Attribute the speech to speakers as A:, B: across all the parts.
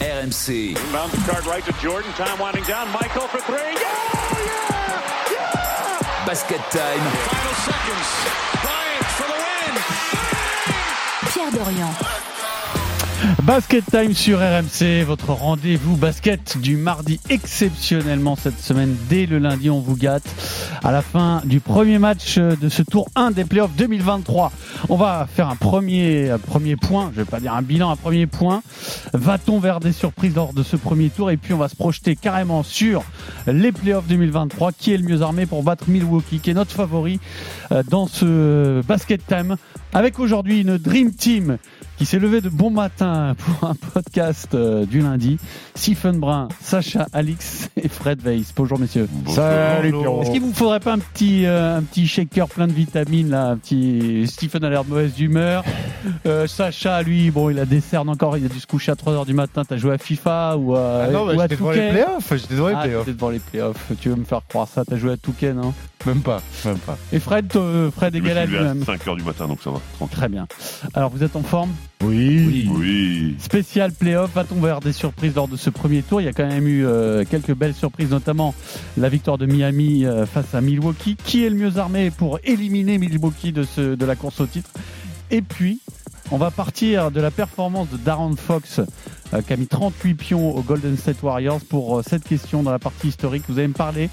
A: RMC.
B: Inbounds the card right to Jordan. Time winding down. Michael for three. Yeah! Yeah! Yeah!
A: Basket time.
C: Final seconds. Bryant for the
D: Pierre
C: win.
D: Dorian.
E: Basket Time sur RMC, votre rendez-vous basket du mardi exceptionnellement cette semaine. Dès le lundi, on vous gâte à la fin du premier match de ce tour 1 des playoffs 2023. On va faire un premier, un premier point, je vais pas dire un bilan, un premier point. Va-t-on vers des surprises lors de ce premier tour Et puis on va se projeter carrément sur les playoffs 2023. Qui est le mieux armé pour battre Milwaukee, qui est notre favori euh, dans ce Basket Time avec aujourd'hui une Dream Team qui s'est levée de bon matin pour un podcast euh, du lundi. Siphon Brun, Sacha Alix et Fred Weiss. Bonjour messieurs.
F: Salut
E: Est-ce qu'il vous faudrait pas un petit, euh, un petit shaker plein de vitamines là Un petit Stephen a l'air de mauvaise humeur. Euh, Sacha, lui, bon, il a des cernes encore. Il a dû se coucher à 3h du matin. T'as joué à FIFA ou à,
F: Ah non, mais
E: ou à
F: j'étais devant les
E: Touquet
F: playoffs, j'étais devant les
E: Ah,
F: playoffs.
E: t'es devant les playoffs. Tu veux me faire croire ça T'as joué à Touquet, non
F: Même pas, même pas.
E: Et Fred, euh, Fred
G: Je me
E: égal à
G: suis levé à
E: lui-même.
G: 5h du matin, donc ça va, tranquille.
E: Très bien. Alors, vous êtes en forme
F: Oui.
G: Oui.
E: Spécial playoff, va-t-on vers des surprises lors de ce premier tour Il y a quand même eu euh, quelques belles surprises, notamment la victoire de Miami euh, face à Milwaukee. Qui est le mieux armé pour éliminer Milwaukee de, ce, de la course au titre Et puis, on va partir de la performance de Darren Fox, euh, qui a mis 38 pions aux Golden State Warriors pour euh, cette question dans la partie historique. Vous allez me parler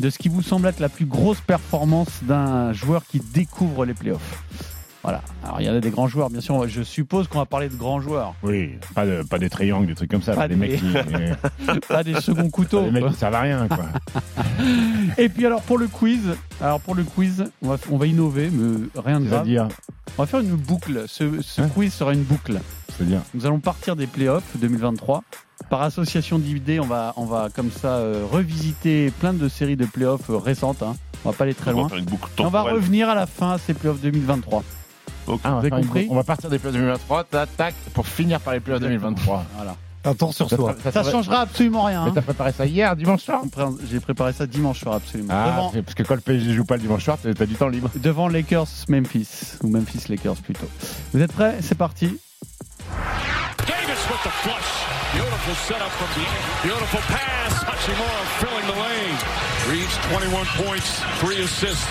E: de ce qui vous semble être la plus grosse performance d'un joueur qui découvre les playoffs. Voilà. Alors, il y en a des grands joueurs, bien sûr. Je suppose qu'on va parler de grands joueurs.
H: Oui, pas, de, pas des triangles, des trucs comme ça.
E: Pas
H: Pas des
E: des-
H: mecs qui. euh,
E: pas Ah, des seconds
H: pas
E: couteaux.
H: des mecs qui servent à rien, quoi.
E: Et puis alors pour le quiz, alors pour le quiz, on va, on va innover, mais rien de grave.
H: C'est-à-dire.
E: On va faire une boucle. Ce, ce
H: Hein
E: quiz sera une boucle.
H: C'est-à-dire.
E: Nous allons partir des playoffs 2023. Par association d'idées, on va, on va comme ça euh, revisiter plein de séries de playoffs euh, récentes. hein. On va pas aller très
G: On
E: loin.
G: va faire une boucle
E: Et On va
G: temporelle.
E: revenir à la fin à ces playoffs 2023.
H: Ah, on,
E: Vous
H: va
E: avez
H: faire une
E: compris
H: boucle. On va partir des playoffs 2023, tac, tac, pour finir par les playoffs 2023.
E: Voilà.
F: Un tour sur
H: Ça,
F: soi.
H: ça, ça,
E: Ça
H: ça-
E: changera absolument rien.
H: Mais
E: hein.
H: t'as préparé ça hier, dimanche soir
E: J'ai préparé ça dimanche soir absolument.
H: Ah,
E: Devant-
H: c'est parce que quand le PSG joue pas le dimanche soir, t'as t'as du temps libre.
E: devant Lakers Memphis ou Memphis Lakers plutôt. Vous êtes prêts C'est parti.
C: Davis with the flush. Beautiful setup from Dean. Beautiful pass. Hachimura filling the lane. Reeves 21 points, three assists.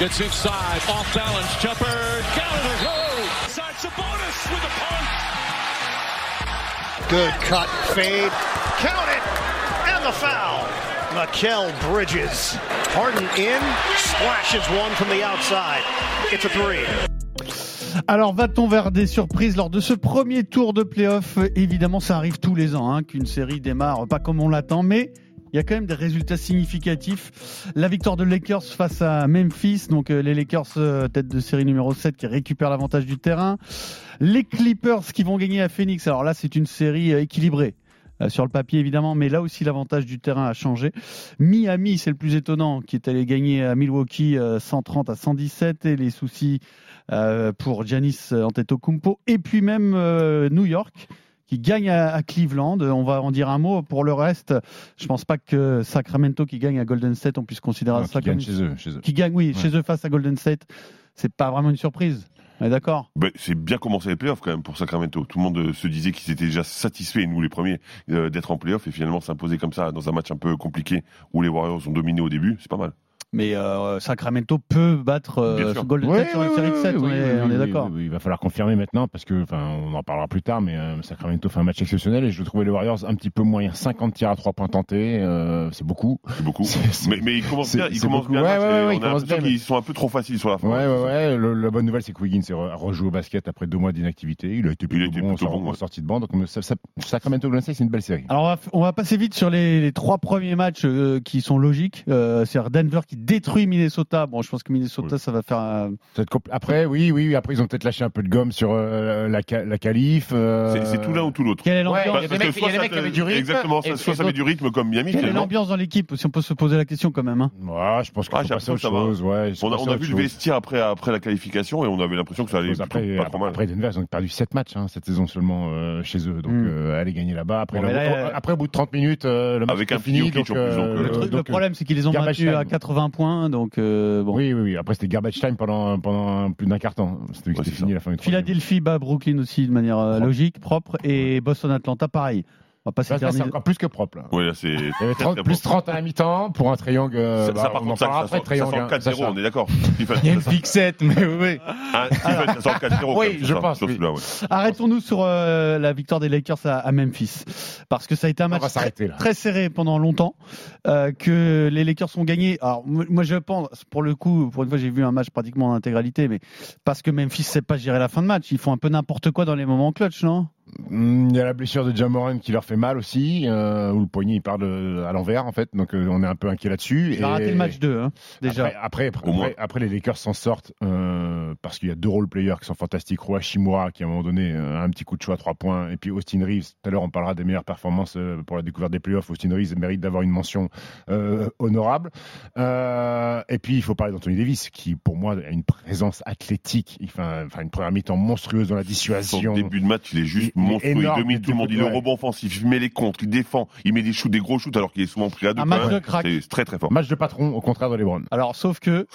C: Gets inside. Off balance. Jumper. Gallagher goes. Inside Sabonis with the punt.
I: Good cut, fade, count it, and the foul. Mikel Bridges. Harden in, splashes one from the outside. It's a three.
E: Alors va-t-on vers des surprises lors de ce premier tour de playoff Évidemment, ça arrive tous les ans hein, qu'une série démarre pas comme on l'attend, mais il y a quand même des résultats significatifs. La victoire de Lakers face à Memphis, donc euh, les Lakers euh, tête de série numéro 7 qui récupère l'avantage du terrain. Les Clippers qui vont gagner à Phoenix. Alors là, c'est une série euh, équilibrée. euh, Sur le papier évidemment, mais là aussi l'avantage du terrain a changé. Miami, c'est le plus étonnant, qui est allé gagner à Milwaukee euh, 130 à 117 et les soucis euh, pour Giannis Antetokounmpo et puis même euh, New York qui gagne à, à Cleveland. On va en dire un mot. Pour le reste, je pense pas que Sacramento qui gagne à Golden State, on puisse considérer
H: Non,
E: ça
H: qui gagnent
E: comme
H: chez eux, chez eux.
E: qui gagne oui
H: Ouais.
E: chez eux face à Golden State. C'est pas vraiment une surprise. On est d'accord.
G: Ben, c'est bien commencé les playoffs quand même pour Sacramento. Tout le monde euh, se disait qu'ils étaient déjà satisfaits, et nous les premiers, euh, d'être en playoffs et finalement s'imposer comme ça dans un match un peu compliqué où les Warriors ont dominé au début, c'est pas mal.
E: Mais euh, Sacramento peut battre euh,
G: Bien sûr.
E: Golden State sur une série de 7, on est, on est
H: oui,
E: d'accord.
H: oui, oui, il va falloir confirmer maintenant parce que, enfin, on en parlera plus tard, mais euh, Sacramento fait un match exceptionnel et je trouvais les Warriors un petit peu moyen. 50 tirs à 3 points tentés, euh, c'est beaucoup.
G: C'est beaucoup.
H: C'est- c'est-
G: mais, mais ils commencent
H: c'est-
G: bien, ils
H: c'est
G: commencent
H: beaucoup.
G: bien.
H: Ouais,
G: là,
H: ouais,
G: c'est-
H: ouais, ils
G: on a
H: commencent
G: l'impression
H: bien, mais-
G: qu'ils sont un peu trop faciles sur la fin.
H: Ouais, ouais, ouais. Le- la bonne nouvelle, c'est que Wiggins est re- rejoué au basket après deux mois d'inactivité. Il a été plutôt
G: était
H: bon, en
G: plutôt
H: sort-
G: bon,
H: en
G: ouais. Ah.
H: sortie de banc. Donc, on- ça- ça- Sacramento Golden State, c'est une belle série.
E: Alors on va, on va passer vite sur les, les trois premiers matchs euh, qui sont logiques. Euh, C'est Denver qui détruit Minnesota. Bon, je pense que Minnesota, ça va faire. un-
H: Ça va être compl- Après, oui, oui, oui, après, ils ont peut-être lâché un peu de gomme sur euh, la, ca- la qualif. euh,
G: C'est c'est tout l'un ou tout l'autre.
E: Quelle est
H: Ouais,
E: l'ambiance
H: il y a des mecs- il y a des mecs qui avaient du rythme,
G: Exactement,
H: et
G: ça,
H: puis
G: soit ça
H: d'autres-
G: met du rythme comme Miami.
E: Quelle est
G: finalement.
E: l'ambiance dans l'équipe Si on peut se poser la question quand même. hein.
H: Ouais, je pense qu'on
G: Ah,
H: peut
G: j'ai
H: passer à autre
G: l'impression que ça va.
H: chose. Ouais,
G: On a, on a vu le vestiaire après, après la qualification et on avait l'impression que ça allait plutôt
H: après,
G: pas trop mal.
H: après Denver, ils ont perdu 7 matchs hein, cette saison seulement euh, chez eux. Donc,
E: Mm.
H: euh, aller gagner là-bas. Après,
E: Bon,
H: là,
E: mais là,
H: au-
E: euh,
H: après, au bout de 30 minutes, euh, le match
G: Avec
H: est
G: un
H: fini.
G: Jokic en
H: donc,
G: plus, donc,
E: Le,
G: Euh,
E: truc- le
H: donc, euh,
E: problème, c'est qu'ils les ont
H: garbage
E: battus à
H: time.
E: 80 points. Donc, euh, bon.
H: Oui, oui, oui. Après, c'était garbage time pendant, pendant plus d'un quart temps. C'était
G: Ouais,
H: c'était
G: c'est
H: fini à la fin du troisième.
E: Philadelphie bat Brooklyn aussi de manière euh,
H: Propre.
E: logique, propre. Et Boston-Atlanta, pareil. On va pas
H: Là, c'est
E: s'éterniser.
H: encore plus que propre. Là.
G: Ouais, là, c'est.
H: Il y avait
G: très,
H: 30
G: très
H: plus
G: propre.
H: 30 à la mi-temps pour un triangle. euh,
G: Ça,
H: bah,
G: ça, par
H: on en
G: contre, ça,
H: parlera
G: ça,
H: après,
G: sent- ça
H: triangle,
G: sent
H: hein, ça,
G: 4-0,
H: ça.
G: on est d'accord.
F: Il y a
G: Stéphane,
F: une
G: ça sent-
F: fixette, mais oui.
G: hein, Stéphane, ça sent 4-0.
H: Oui,
G: quand même,
H: je
G: ça,
H: pense,
G: sauf
H: oui.
G: celui-là, ouais.
E: Arrêtons-nous sur euh, la victoire des Lakers à, à Memphis. Parce que ça a été un
H: On va
E: match très,
H: s'arrêter là.
E: très serré pendant longtemps. euh, que les Lakers ont gagné. Alors, m- moi, je pense, pour le coup, pour une fois, j'ai vu un match pratiquement en intégralité. Mais parce que Memphis sait pas gérer la fin de match. Ils font un peu n'importe quoi dans les moments clutch, non
H: Mm, Il y a la blessure de Jamoran qui leur fait mal aussi, euh, où le poignet il part de- à l'envers en fait, donc euh, on est un peu inquiet là-dessus.
E: J'ai raté le match 2, hein, déjà.
H: Après, après, après,
G: Au moins.
H: après- après, les Lakers s'en sortent euh, parce qu'il y a deux role players qui sont fantastiques. Roi Shimura qui à un moment donné euh, a un petit coup de choix à trois points et puis Austin Reeves. Tout à l'heure on parlera des meilleures performances euh, pour la découverte des playoffs. Austin Reeves mérite d'avoir une mention euh, honorable. Euh, et puis il faut parler d'Anthony Davis qui pour moi a une présence athlétique, Il fait un- enfin une première mi-temps monstrueuse dans la
G: Son
H: dissuasion.
G: début de match, il est juste
H: Il- il est
G: monstrueux. Il
H: énorme,
G: domine
H: le
G: tout le monde. Il est
H: ouais.
G: rebond offensif, il met les contres, il défend, il met des shoots, des gros shoots, alors qu'il est souvent pris à deux.
E: Un
G: quand
E: match
G: même.
E: de crack.
G: C'est très très fort.
H: Match de patron au contraire de LeBron.
E: Alors, sauf que.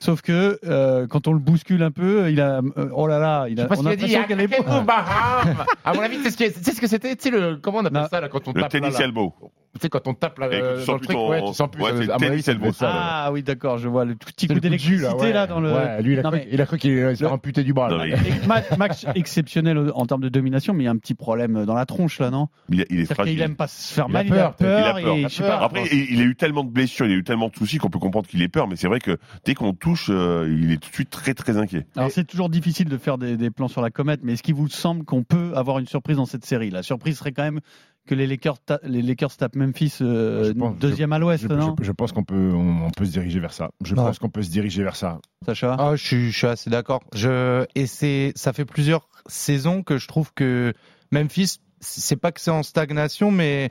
E: Sauf que euh, quand on le bouscule un peu, il a euh, oh là là, il a,
A: Je sais pas ce
E: on a
A: qu'il a dit.
E: l'impression qu'elle est
A: Hakeem Olajuwon. À mon avis, c'est ce que c'est ce que c'était. Tu sais le comment on appelle
E: Non.
A: ça là quand on
G: Le
A: tape là,
G: tennis
A: là.
G: elbow.
A: Tu sais quand on tape là,
G: Et que tu
A: euh,
G: sens
A: dans le
G: plus
A: truc,
G: ton-
A: ouais, tu sens plus.
G: ouais,
A: euh,
G: c'est le
A: à mon
G: tennis
A: avis, ça
G: elbow,
A: devait être
G: ça,
A: là.
E: Ah oui, d'accord, je vois le tout petit
H: C'est
E: coup
H: le de jus,
E: d'électricité là,
H: ouais.
E: dans le.
H: Ouais, lui, il a
E: Non,
H: cru,
E: mais-
H: il a cru qu'il s'est
E: Le-
H: amputé du bras.
G: Non,
H: là.
G: mais
E: Et Match, match exceptionnel au- en termes de domination, mais il y a un petit problème dans la tronche là, non
G: Il, il est
E: C'est-à-dire qu'il
G: fragile.
E: aime pas se faire
H: Il a
E: mal,
H: peur,
E: il a peur,
G: il a peur.
E: et
G: Il a
E: je sais
H: peur.
E: pas.
G: Après, il il a eu tellement de blessures, il a eu tellement de soucis qu'on peut comprendre qu'il ait peur, mais c'est vrai que dès qu'on le touche, euh, il est tout de suite très très inquiet.
E: Alors c'est toujours difficile de faire des, des plans sur la comète, mais est-ce qu'il vous semble qu'on peut avoir une surprise dans cette série La surprise serait quand même que les Lakers, ta- les Lakers tapent Memphis euh,
H: Je pense-
E: deuxième à l'ouest,
H: Je,
E: non
H: je- je pense qu'on peut, on, on peut se diriger vers ça. Je
A: Non.
H: pense qu'on peut se diriger vers ça.
E: Sacha
A: Ah, je, suis, je suis assez d'accord. Je et c'est ça fait plusieurs saisons que je trouve que Memphis, c'est pas que c'est en stagnation, mais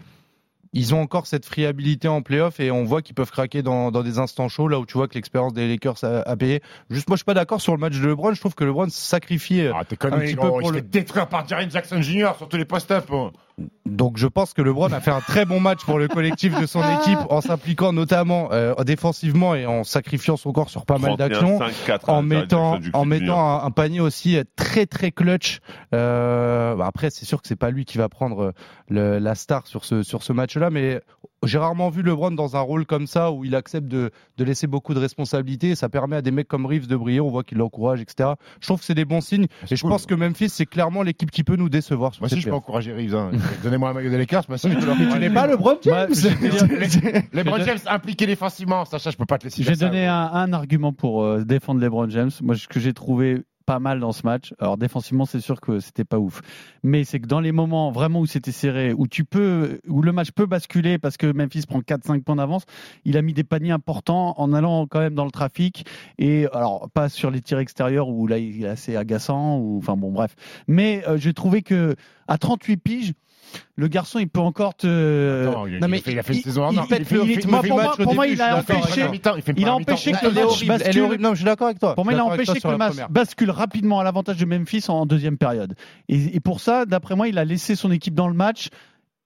A: ils ont encore cette friabilité en playoff et on voit qu'ils peuvent craquer dans, dans des instants chauds là où tu vois que l'expérience des Lakers a, a payé. Juste, moi, je suis pas d'accord sur le match de LeBron. Je trouve que LeBron sacrifie. euh,
H: Ah, t'es con,
A: un
H: il,
A: petit
H: il,
A: peu pour
H: se
A: le-
H: fait détruire par Jaren Jackson Jr. sur tous les post-ups. hein.
A: Donc je pense que LeBron a fait un très bon match pour le collectif de son équipe en s'impliquant notamment euh, défensivement et en sacrifiant son corps sur pas mal
G: 31, 5-4,
A: d'actions.
G: hein,
A: en
G: Jared
A: mettant,
G: Jackson, Jackson
A: en
G: Jr.
A: mettant un, un panier aussi euh, très très clutch. Euh, bah après, c'est sûr que c'est pas lui qui va prendre euh, le- la star sur ce, sur ce match-là, mais j'ai rarement vu LeBron dans un rôle comme ça où il accepte de, de laisser beaucoup de responsabilités. Ça permet à des mecs comme Reeves de briller. On voit qu'il l'encourage, etc. Je trouve que c'est des bons signes.
H: C'est
A: Et je
H: cool.
A: pense que Memphis, c'est clairement l'équipe qui peut nous décevoir. Sur
H: Moi aussi,
A: cette
H: je peux
A: paire.
H: encourager Reeves. hein. Donnez-moi un maillot des Lakers. Moi aussi, je peux leur
E: Tu n'es pas le Bron James
H: Les
E: Je-
H: Brown James impliqués défensivement. Sacha, je peux pas te laisser.
E: Je vais
H: faire ça.
E: donner un, un argument pour euh, défendre LeBron James. Moi, ce que j'ai trouvé pas mal dans ce match, alors défensivement, c'est sûr que c'était pas ouf, mais c'est que dans les moments vraiment où c'était serré, où tu peux, où le match peut basculer parce que Memphis prend 4-5 points d'avance, il a mis des paniers importants en allant quand même dans le trafic et alors pas sur les tirs extérieurs où là il est assez agaçant ou enfin bon bref, mais euh, j'ai trouvé que à 38 piges, le garçon il peut encore te
H: Non, il, il
A: Non, mais
H: fait- il a fait
E: euh, il-
H: une saison en
E: il
H: or.
E: pète
H: fait-
E: le
H: fait-
E: rythme.
H: fait
E: Moi,
H: une
E: pour
H: match
E: moi-
H: au
E: pour moi,
H: début,
E: il a
H: je suis d'accord.
E: empêché-
H: En mi-temps, fait une
E: il a
H: première mi-temps.
E: empêché que
A: Elle
E: le
A: est
E: match
A: horrible, elle est
E: bascule.
A: horrible. Non, je suis d'accord avec toi.
E: Pour moi,
A: Je
E: il
A: suis
E: a
A: d'accord avec
E: empêché
A: toi
E: que
A: sur
E: le
A: la
E: match
A: première.
E: bascule rapidement à l'avantage de Memphis en deuxième période. Et, et pour ça, d'après moi, il a laissé son équipe dans le match.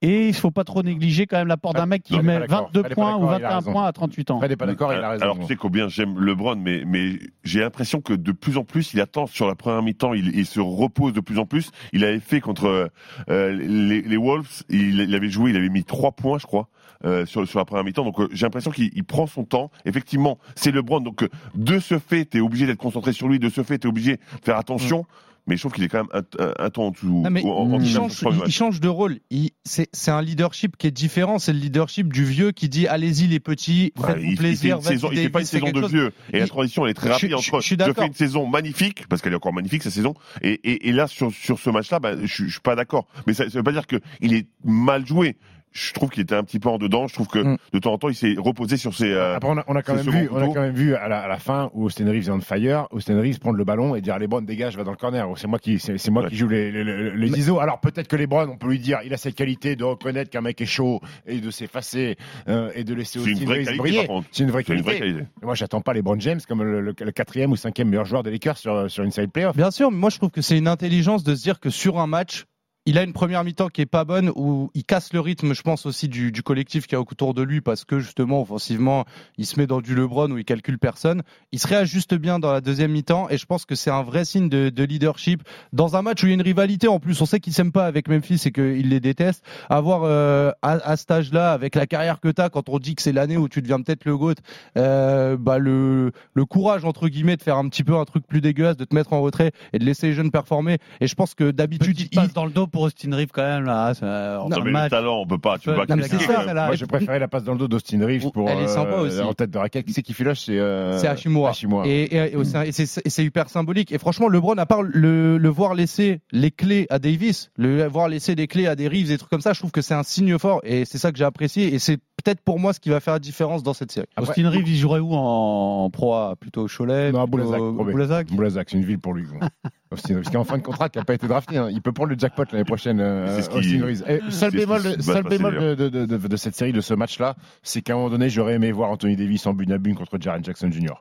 E: Et il faut pas trop négliger quand même l'apport d'un mec qui
H: Non,
E: met
H: elle est pas d'accord.
E: 22
H: Elle est pas
E: points ou
H: d'accord, il a
E: 21
H: raison.
E: points à 38 ans.
H: Fred n'est pas d'accord, il a raison.
G: Euh, Alors tu sais combien j'aime LeBron, mais, mais j'ai l'impression que de plus en plus, il attend sur la première mi-temps, il, il se repose de plus en plus. Il avait fait contre euh, les, les Wolves, il, il avait joué, il avait mis trois points, je crois, euh, sur, sur la première mi-temps. Donc euh, j'ai l'impression qu'il il prend son temps. Effectivement, c'est LeBron, donc euh, de ce fait, t'es obligé d'être concentré sur lui, de ce fait, t'es obligé de faire attention.
H: Mm.
G: Mais je trouve qu'il est quand même un, un- un temps en dessous.
A: Non, mais
G: en- en- en-
A: il,
G: en-
A: change,
G: en- en-
A: il- il change de rôle. Il- C'est c'est un leadership qui est différent. C'est le leadership du vieux qui dit allez-y les petits,
G: Ouais,
A: faites-vous
G: Bah, il, il fait
A: plaisir.
G: une saison, il fait pas une saison de vieux. Et la
A: Il-
G: transition, elle est très
A: Je-
G: rapide
A: je-
G: entre.
A: je suis
G: Je
A: d'accord.
G: fais une saison magnifique parce qu'elle est encore magnifique cette saison. Et, et, et là, sur, sur ce match-là, bah, je, je suis pas d'accord. Mais ça, ça veut pas dire que il est mal joué. Je trouve qu'il était un petit peu en dedans. Je trouve que
A: Mm.
G: de temps en temps, il s'est reposé sur ses. euh,
H: Après, on a, on a quand même
G: c'est second
H: vu, on a
G: couteau.
H: quand même vu à la, à la fin où Austin Reeves est on fire, Austin Reeves prendre le ballon et dire les Browns dégage, va dans le corner. C'est moi qui, c'est c'est moi
G: Ouais.
H: qui joue les, les, les- les ISO. Alors peut-être que les Browns, on peut lui dire, il a cette qualité de reconnaître qu'un mec est chaud et de s'effacer euh, et de laisser
G: C'est une
H: Austin
G: vraie
H: Reeves
G: qualité,
H: briller.
G: par contre.
H: C'est une vraie
G: c'est une vraie
H: qualité.
G: qualité.
H: Et Moi, j'attends pas les Browns James comme le, le- le quatrième ou cinquième meilleur joueur des Lakers sur sur une série de playoffs.
A: Bien sûr, mais moi je trouve que c'est une intelligence de se dire que sur un match, il a une première mi-temps qui est pas bonne où il casse le rythme, je pense aussi du, du collectif qui a autour de lui parce que justement offensivement il se met dans du LeBron où il calcule personne. Il se réajuste bien dans la deuxième mi-temps et je pense que c'est un vrai signe de, de leadership dans un match où il y a une rivalité en plus. On sait qu'ils s'aiment pas avec Memphis et qu'ils les détestent. Avoir euh, à, à cet âge-là avec la carrière que t'as quand on dit que c'est l'année où tu deviens peut-être le goat, euh, bah le le courage entre guillemets de faire un petit peu un truc plus dégueulasse, de te mettre en retrait et de laisser les jeunes performer. Et je pense que d'habitude
E: il passe dans le dos pour Austin Reeves quand même là. ça- en
G: Non,
E: fin de
G: mais le
E: match.
G: talent, on peut pas. Tu peux
E: Ouais,
G: pas
E: non, mais
G: critiquer, Euh,
E: c'est ça,
G: quand même.
E: là.
H: Moi, j'ai préféré la passe dans le dos d'Austin Reeves pour. euh,
A: Elle est sympa aussi.
H: En tête de raquette. Qui c'est qui filoche C'est. euh,
A: C'est Hachimura.
H: Hachimura.
A: Et, et- et c'est- et c'est et c'est hyper symbolique. Et franchement, LeBron, à part le, le voir laisser les clés à Davis, le voir laisser les clés à des Reeves, des trucs comme ça, je trouve que c'est un signe fort. Et c'est ça que j'ai apprécié. Et c'est peut-être pour moi ce qui va faire la différence dans cette série.
H: Après-
E: Austin Reeves, il jouerait où en, en proie Plutôt au Cholet
H: Non, à
E: plutôt
H: Boulazac.
E: au-
H: promet.
E: Boulazac
H: Boulazac, c'est une ville pour lui. bon. Austin Reeves, qui est en fin de contrat, qui n'a pas été drafté. hein. Il peut prendre le jackpot l'année prochaine, euh,
G: C'est ce qui-
H: Austin Reeves. Et
G: c'est ce
H: seul
G: qui
H: bémol,
G: se bat
H: de,
G: de
H: seul
G: passer
H: bémol de, de- de- de cette série, de ce match-là, c'est qu'à un moment donné, j'aurais aimé voir Anthony Davis en bune à bune contre Jaren Jackson Jr.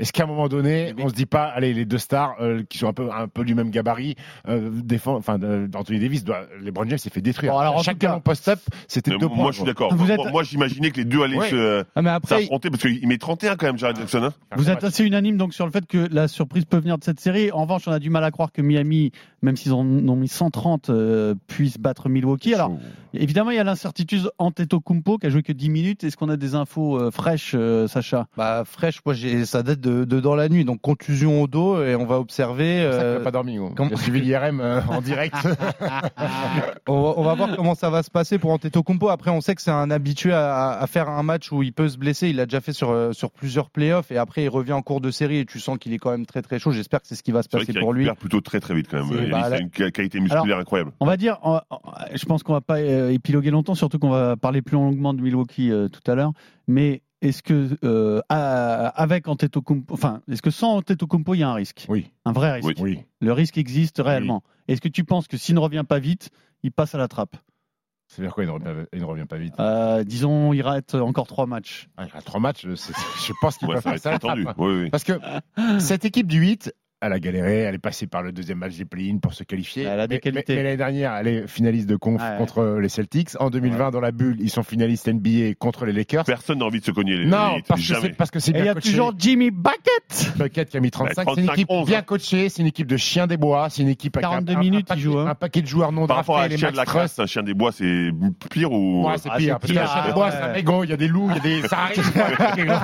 H: Est-ce qu'à un moment
G: Eh
H: donné, on se dit pas, allez, les deux stars euh, qui sont un peu, un peu du même gabarit, euh, défend, enfin, euh, Anthony Davis, doit, LeBron James s'est fait détruire.
E: Bon, alors, en tout
H: Chacun
E: cas-
H: en post-up, c'était
G: Mais
H: deux points.
G: Moi, je suis d'accord.
E: Vous
G: Moi,
E: êtes-
G: moi, j'imaginais que les deux allaient
H: Ouais.
G: se- euh,
A: Ah, mais après,
G: s'affronter parce qu'il met 31 quand même, Jared Jackson. hein.
E: Vous êtes assez unanime donc sur le fait que la surprise peut venir de cette série. En revanche, on a du mal à croire que Miami, même s'ils en ont mis 130, euh, puisse battre Milwaukee. Alors, évidemment, il y a l'incertitude Antetokounmpo qui a joué que 10 minutes. Est-ce qu'on a des infos euh, fraîches, euh, Sacha
A: bah, fraîche, moi, j'ai- ça date de, de dans la nuit. Donc, contusion au dos et on va observer.
H: C'est pour ça qu'il
A: euh,
H: a pas dormi. gros.
A: comment-
H: J'ai suivi l'IRM euh, en direct.
A: on, va, on va voir comment ça va se passer pour Antetokounmpo. Après, on sait que c'est un habitué à, à faire un match où il peut se blesser. Il l'a déjà fait sur, euh, sur plusieurs playoffs et après, il revient en cours de série et tu sens qu'il est quand même très très chaud. J'espère que c'est ce qui va se
G: C'est vrai
A: passer
G: qu'il
A: pour lui.
G: récupère plutôt très très vite quand même.
A: C'est-
G: Il
A: bah,
G: a
A: là-
G: une qua- qualité musculaire incroyable.
E: On va dire, en- en- je pense qu'on va pas euh, épiloguer longtemps, surtout qu'on va parler plus longuement de Milwaukee euh, tout à l'heure. Mais est-ce que euh, à- avec Antetokounmpo, enfin, est-ce que sans Antetokounmpo, il y a un risque,
H: Oui,
E: un vrai risque
G: Oui.
H: oui.
E: Le risque existe réellement. Est-ce que tu penses que s'il ne revient pas vite, il passe à la trappe
H: C'est-à-dire quoi, il ne revient pas- il ne revient pas vite
E: Euh, disons, il rate encore trois matchs.
H: Ah, il reste trois matchs, c'est- je pense qu'il
G: Ouais,
H: va
G: ça va
H: faire
G: être
H: ça.
G: attendu. Oui, oui.
H: Parce que cette équipe du 8, elle a galéré, elle est passée par le deuxième match des play-in pour se qualifier.
E: Elle a des
H: Mais- mais
E: qualités.
H: mais l'année dernière, elle est finaliste de conf
E: Ouais.
H: contre les Celtics. En 2020, dans la bulle, ils sont finalistes NBA contre les Lakers.
G: Personne n'a envie de se cogner les
H: Non,
G: les-
H: parce que c'est
G: jamais.
H: parce que c'est
E: Et il y
H: bien
E: a
H: coaché.
E: toujours Jimmy Bucket
H: Bucket qui a mis 35.
G: Bah,
H: c'est une équipe
G: 35,
H: bien
G: hein.
H: coachée, c'est une équipe de chiens des bois, c'est une équipe avec
E: 42
H: un, un- un
E: minutes, ils
H: paquet,
E: jouent, hein.
H: un paquet de joueurs non
G: Par rapport à
H: draftés, les
G: Chien de
H: Max
G: la
H: Truss.
G: Crasse, un chien des bois, c'est pire ou.
H: Ouais, c'est
E: Ah,
H: pire.
E: c'est
H: Parce que
E: pire,
H: la chaîne de
E: ah,
H: bois,
E: ouais.
H: c'est un mégot, il y a des loups, il y a des. Ça arrive.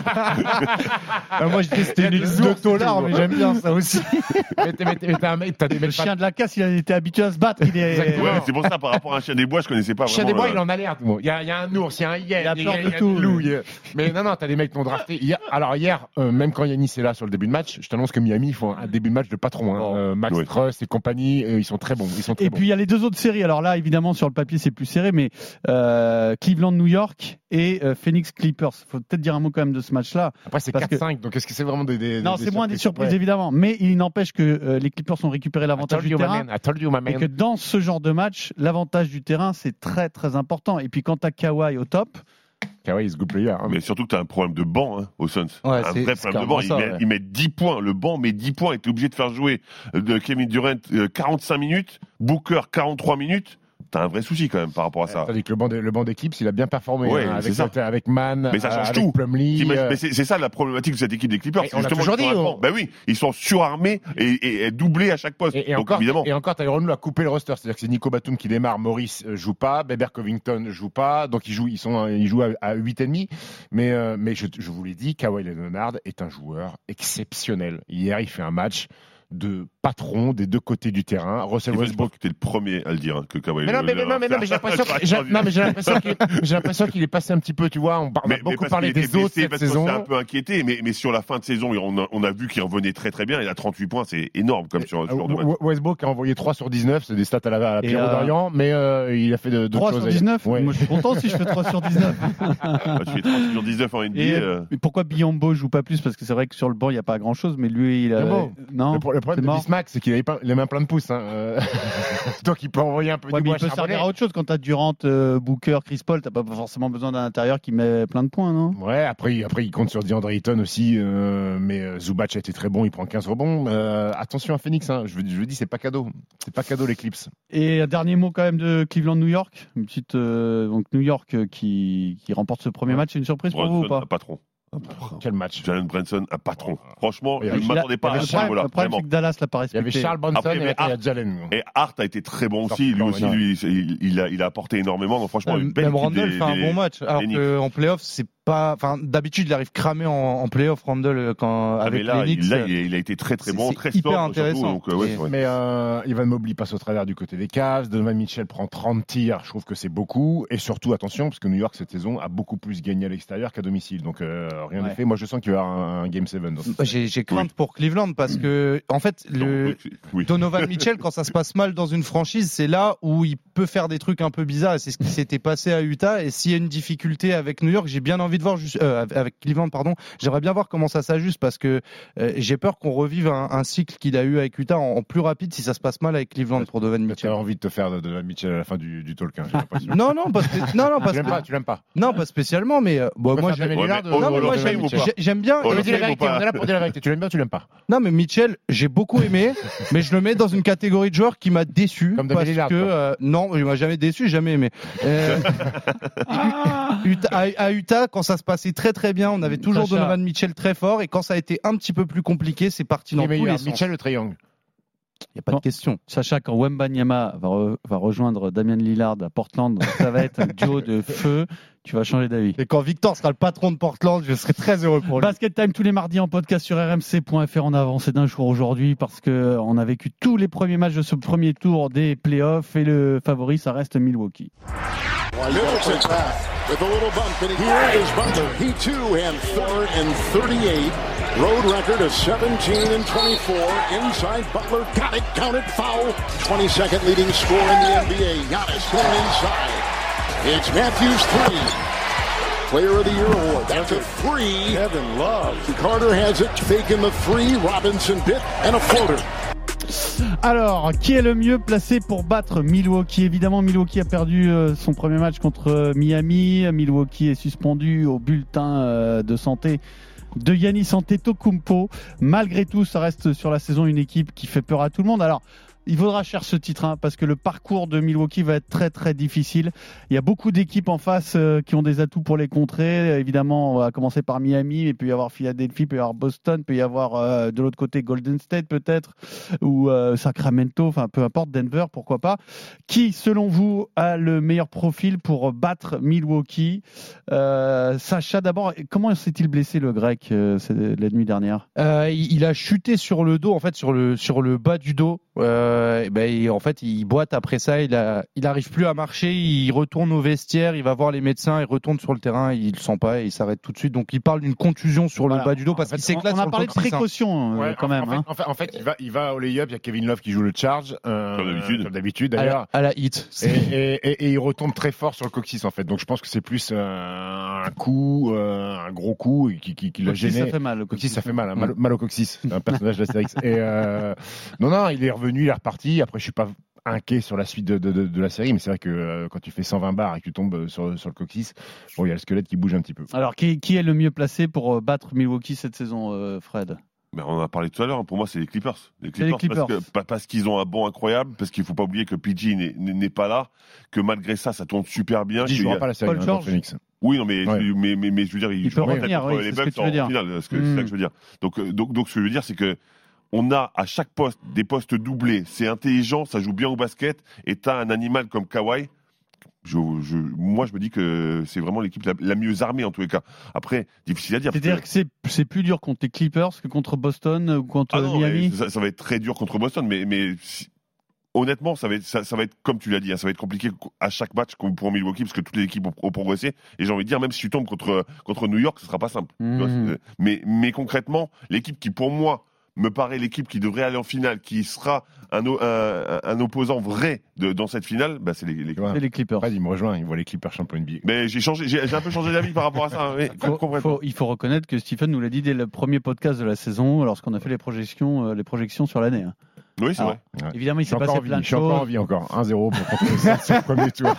E: Bah, Moi, je dis que c'était
H: Il y a des ours, c'est toujours.
E: j'aime bien ça aussi.
H: mais t'es- mais t'es mais t'es un mec, t'as des
E: Le
H: mecs
E: chien de la casse, il a été habitué à se battre. Il est...
G: Ouais, mais c'est pour ça, par rapport à un chien des bois, je connaissais pas
H: Chien des
G: vraiment.
H: bois,
G: le-
H: il en alerte. Bon. Il y, a, il y a un ours, il y a un
E: Il a
H: hyène, il y
E: peur
H: a, il
E: de
H: y a
E: tout.
H: des loups. il y a- Mais non, non, t'as des mecs non draftés. Hier- alors hier, euh, même quand Yanis est là sur le début de match, je t'annonce que Miami, ils font un début de match de patron. hein. Euh, Max
G: Oui.
H: Truss et compagnie, euh, ils sont très bons. Ils sont très
E: Oh. Et
H: bons.
E: puis, il y a les deux autres séries. Alors là, évidemment, sur le papier, c'est plus serré, mais euh, Cleveland-New York et euh, Phoenix Clippers. faut peut-être dire un mot quand même de ce match-là.
H: Après, c'est
E: parce que-
H: 4-5, donc est-ce que c'est vraiment des. des-
E: Non,
H: des
E: c'est moins des surprises,
H: Ouais.
E: évidemment. Mais il n'empêche que euh, les Clippers ont récupéré
H: I
E: l'avantage
H: told
E: du
H: you, my
E: terrain.
H: man. I told you, my
E: Et que
H: man.
E: dans ce genre de match, l'avantage du terrain, c'est très, très important. Et puis, quand t'as Kawhi au top,
H: Kawhi is good player. hein.
G: Mais surtout que t'as un problème de banc hein, au Suns.
A: Ouais,
G: un
A: c'est-
G: vrai
A: c'est
G: problème de banc. Ils
A: carrément ça,
G: mettent
A: ouais.
G: ils mettent 10 points. Le banc met 10 points et t'es obligé de faire jouer euh, de Kevin Durant euh, 45 minutes, Booker 43 minutes. T'as un vrai souci quand même par rapport à ça.
H: Tandis que le banc, des- le banc d'Eclipse, il a bien performé
G: Ouais,
H: hein,
G: c'est
H: avec,
G: ça.
H: Walter- avec Man,
G: Mais ça change
H: euh, avec
G: tout.
H: Plumlee,
G: T'imagines-
H: euh,
G: mais c'est c'est ça la problématique de cette équipe des Clippers.
H: Et
G: c'est
H: on l'a
G: justement
H: toujours
G: qu'ils sont
H: dit,
G: à
H: oh.
G: banc. Bah oui, ils sont surarmés et, et- et doublés à chaque poste.
H: Et, et
G: Donc
H: encore,
G: évidemment.
H: et encore, Tyrone Lue a coupé le roster. C'est-à-dire que c'est Nico Batum qui démarre, Maurice euh, joue pas, Beber Covington joue pas, donc ils jouent, ils sont, euh, ils jouent à, à 8,5. Mais, euh, mais je, je vous l'ai dit, Kawhi Leonard est un joueur exceptionnel. Hier, il fait un match de patron des deux côtés du terrain. Russell
G: Steve
H: Westbrook.
G: Westbrook, t'es le premier à le dire hein, que Kawhi
H: Mais non, mais, mais
G: Leonard-
H: non, mais non, mais j'ai l'impression que- j'ai- non, mais j'ai l'impression qu'il j'ai l'impression qu'il est passé un petit peu, tu vois. On, par- on
G: Mais-
H: a
G: mais
H: beaucoup
G: parce
H: parlé
G: qu'il était
H: des autres
G: blessé,
H: cette
G: parce qu'on
H: saison.
G: s'est un peu inquiété, mais, mais sur la fin de saison, on a, on a vu qu'il revenait très très bien. Il a 38 points, c'est énorme comme sur un
H: Euh,
G: genre de match.
H: W- Westbrook a envoyé 3 sur 19, c'est des stats à la, à la
E: Et,
H: Pierrot
E: euh,
H: d'Orient, mais euh, il a fait de,
E: 3
H: d'autres choses
E: sur
H: ailleurs.
E: 19.
H: Ouais.
E: Moi, je suis content si je fais 3 sur 19.
G: Ah, tu fais 38 sur 19 en NBA.
E: Et
G: euh,
E: mais pourquoi Biombo joue pas plus Parce que c'est vrai que sur le banc, il n'y a pas grand chose, mais lui, il a.
H: Biombo
E: non
H: Le, pro- le problème
E: C'est
H: de
E: mort.
H: Bismack, c'est qu'il avait pas les mains pleines de pouces. Hein. euh. Donc il peut envoyer un peu
E: Ouais,
H: du
E: mais
H: bois
E: il peut
H: charbonné.
E: servir à autre chose. Quand t'as Durant, euh, Booker, Chris Paul, t'as pas forcément besoin d'un intérieur qui met plein de points, non
H: Ouais, après, après il compte sur DeAndre Ayton aussi, euh, mais euh, Zubac a été très bon, il prend 15 rebonds. Euh, attention à Phoenix, hein, je, vous- je vous dis, c'est pas cadeau. C'est pas cadeau l'Eclipse.
E: Et un dernier mot quand même de Cleveland-New York. Une petite, euh, donc New York euh, qui, qui remporte ce premier match. C'est une surprise pour vous ou
G: Brunson,
E: pas
G: un patron.
E: Oh.
H: Quel match
G: Jalen Brunson, un patron. Franchement,
H: Il y
G: je
H: avait-
G: ne m'attendais pas
H: il y
G: à
H: avait
G: ce niveau-là.
E: Le problème,
G: Vraiment.
E: c'est que Dallas l'a pas
H: Il y
E: respecté.
H: avait Charles Bronson
G: Après,
H: et
G: mais
H: là, il y a
G: Hart-
H: Jalen.
G: Et Hart a été très bon
H: Sorti
G: aussi. Lui
H: quand
G: aussi,
H: même.
G: lui, il, il a, il a apporté énormément. Donc, franchement, une belle
A: Même
G: équipe
A: Randall
G: des-
A: fait un
G: des-
A: bon match. Alors
G: des Knicks.
A: qu'en playoff, c'est pas. Enfin, d'habitude, il arrive cramé en, en playoff, Randall, euh,
G: Ah,
A: quand,
G: mais
A: avec
G: là,
A: les
G: il,
A: Knicks.
G: là, il a- il a été très très
A: c'est-
G: bon,
A: c'est
G: très
A: hyper
G: sobre surtout,
A: intéressant.
G: donc, euh, ouais,
A: Et-
G: ouais.
H: Mais euh, Ivan Mobley passe au travers du côté des Cavs. Donovan Mitchell prend 30 tirs. Je trouve que c'est beaucoup. Et surtout, attention, parce que New York, cette saison, a beaucoup plus gagné à l'extérieur qu'à domicile. Donc, euh, rien n'est
E: Ouais.
H: fait. Moi, je sens qu'il va y avoir un, un Game 7. donc.
A: Bah, J'ai j'ai crainte pour Cleveland parce que, en fait, le,
G: Donc, oui.
A: Donovan Mitchell, quand ça se passe mal dans une franchise, c'est là où il peut faire des trucs un peu bizarres. Et C'est ce qui s'était passé à Utah. Et s'il y a une difficulté avec New York, j'ai bien envie de voir, juste- euh, avec Cleveland, pardon, j'aimerais bien voir comment ça s'ajuste parce que euh, j'ai peur qu'on revive un, un cycle qu'il a eu avec Utah en, en plus rapide si ça se passe mal avec Cleveland pour Donovan
H: Tu
A: Mitchell.
H: as envie de te faire de Donovan Mitchell à la fin du, du talk. hein, j'ai l'impression.
A: Non, non, parce que- non, non,
H: tu
A: parce
H: l'aimes
A: que-
H: pas, tu l'aimes pas.
A: non, pas spécialement, mais euh, bon,
H: Tu
A: moi,
H: préfères
A: j'ai-
H: Damien
G: Ouais,
H: Lillard
G: mais
H: de-
G: oh,
A: non, mais
G: oh,
A: moi,
G: oh,
A: j'aime
G: oh,
A: j'ai- j'aime bien.
G: Oh,
H: Je
G: le
H: te dis la
G: mec ou
H: vérité,
G: pas
H: on est là pour dire la vérité. Tu l'aimes bien, ou tu l'aimes pas.
A: Non, mais Mitchell, j'ai beaucoup aimé, mais je le mets dans une catégorie de joueur qui m'a déçu.
H: Comme Damien
A: parce
H: Lillard,
A: que,
H: quoi.
A: euh, non, il m'a jamais déçu, jamais aimé. Euh, Utah- à, à Utah, quand ça se passait très très bien, on avait toujours
E: Sacha.
A: Donovan Mitchell très fort, et quand ça a été un petit peu plus compliqué, c'est parti dans
H: Il est
A: tous les
H: meilleur,
A: sens.
H: Mitchell le triangle.
A: Il n'y a pas de question.
E: Sacha, quand Wembanyama va, re- va rejoindre Damian Lillard à Portland, ça va être un duo de feu. Tu vas changer d'avis.
A: Et quand Victor sera le patron de Portland, je serai très heureux
H: Bah,
A: pour lui.
E: Basket Time tous les mardis en podcast sur rmc.fr. On a avancé d'un jour aujourd'hui parce que euh, on a vécu tous les premiers matchs de ce premier tour des playoffs et le favori, ça reste Milwaukee.
J: Middleton's back with a little bump, and here is Butler. He too had third and 38. Road record of 17 and 24. Inside Butler, got it, counted foul. 22nd leading scorer in the NBA. Giannis going inside. It's Matthews three. Player of the Year award. That's a three. Kevin Love. Carter has it. Faking the three. Robinson bit and a floater.
E: Alors, qui est le mieux placé pour battre Milwaukee Évidemment, Milwaukee a perdu euh, son premier match contre euh, Miami. Milwaukee est suspendu au bulletin euh, de santé de Yannis Antetokounmpo. Malgré tout, ça reste sur la saison une équipe qui fait peur à tout le monde. Alors, il vaudra cher ce titre hein, parce que le parcours de Milwaukee va être très très difficile. Il y a beaucoup d'équipes en face euh, qui ont des atouts pour les contrer. Euh, Évidemment, on va commencer par Miami, mais il peut y avoir Philadelphie, il peut y avoir Boston, il peut y avoir euh, de l'autre côté Golden State peut-être ou euh, Sacramento, enfin peu importe, Denver, pourquoi pas. Qui, selon vous, a le meilleur profil pour battre Milwaukee Euh, Sacha, d'abord, comment s'est-il blessé le grec euh, c'est- la nuit dernière
A: Euh, il il a chuté sur le dos, en fait, sur le, sur le bas du dos. Euh, et ben, il- en fait, il boite après ça. Il a, il arrive plus à marcher. Il retourne au vestiaire. Il va voir les médecins. Il retourne sur le terrain. Il le sent pas et il s'arrête tout de suite. Donc, il parle d'une contusion sur
E: Voilà.
A: le bas du dos parce
H: En fait,
A: qu'il
E: on,
A: s'éclate
E: on
A: sur
E: a
A: le
E: parlé de
A: coccyx, hein.
E: précaution euh,
H: Ouais,
E: quand
H: en-
E: même.
H: En fait,
E: hein.
H: en fait- en fait, il, va, il va au lay-up. Il y a Kevin Love qui joue le charge. euh,
G: Comme d'habitude.
H: Comme d'habitude,
A: À
H: d'ailleurs.
A: la, à la hit.
H: Et, et- et- et il retombe très fort sur le coccyx en fait. Donc je pense que c'est plus euh, un coup, euh, un gros coup et qui, qui, qui l'a
E: Coccyx,
H: gêné.
E: ça fait mal. le
H: Coccyx,
E: coccyx.
H: ça fait mal, hein. mal, mal au coccyx, C'est un personnage d'Astérix. Et euh, non, non, il est revenu, il est reparti. Après, je suis pas inquiet sur la suite de, de- de- de la série, mais c'est vrai que euh, quand tu fais 120 bars et que tu tombes euh, sur, sur le coccyx, bon, il y a le squelette qui bouge un petit peu.
E: Alors, qui, qui est le mieux placé pour euh, battre Milwaukee cette saison, euh, Fred
G: Mais on en a parlé tout à l'heure. hein. Pour moi, c'est les Clippers. Les
E: C'est les
G: Clippers, Parce, que, pa- parce qu'ils ont un banc incroyable, parce qu'il faut pas oublier que PG n'est- n'est n'est pas là, que malgré ça, ça tourne super bien.
H: Je
G: qu'il y
H: jouera
G: a-
H: pas la série
E: Paul
H: hein, contre
E: George.
H: Phoenix.
G: Oui, non, mais,
H: Ouais.
G: mais, mais, mais je veux dire, il,
E: Il peut
G: jouera
E: revenir,
G: peut-être
E: oui,
G: les
E: c'est ce que
G: Bucks
E: tu
G: en
E: veux dire. Hmm.
G: finale. ce que- C'est ça que je veux dire. Donc, euh, donc, donc, ce que je veux dire, c'est que on a à chaque poste des postes doublés. C'est intelligent, ça joue bien au basket. Et t'as un animal comme Kawhi. Je, je- moi, je me dis que c'est vraiment l'équipe la, la mieux armée en tous les cas. Après, difficile à dire. parce que-
E: C'est-à-dire que c'est c'est plus dur contre les Clippers que contre Boston ou contre
G: Ah non,
E: Miami
G: mais ça, ça va être très dur contre Boston, mais, mais si- honnêtement, ça va, être, ça, ça va être, comme tu l'as dit, hein, ça va être compliqué à chaque match qu'on- pour Milwaukee, parce que toutes les équipes ont, ont progressé. Et j'ai envie de dire, même si tu tombes contre, contre New York, ce sera pas simple. Tu vois,
E: Mhm.
G: c'est- mais, mais concrètement, l'équipe qui, pour moi, me paraît l'équipe qui devrait aller en finale, qui sera un, o- un- un opposant vrai de- dans cette finale, bah, c'est les, les-
H: C'est
E: les Clippers.
H: il me rejoint, il voit les Clippers champion NBA.
G: Mais j'ai changé, j'ai j'ai un peu changé d'avis par rapport à ça. hein, oui,
E: Faut-
G: complètement.
E: faut- il faut reconnaître que Stephen nous l'a dit dès le premier podcast de la saison, lorsqu'on a fait les projections, euh, les projections sur l'année. hein.
G: Oui, c'est
E: Alors,
G: vrai.
E: Évidemment, il
H: Je suis
E: s'est
H: encore
E: passé
H: en vie,
E: plein de
H: je suis encore en
E: choses.
H: vie encore. 1-0 pour contre ça sur le premier tour.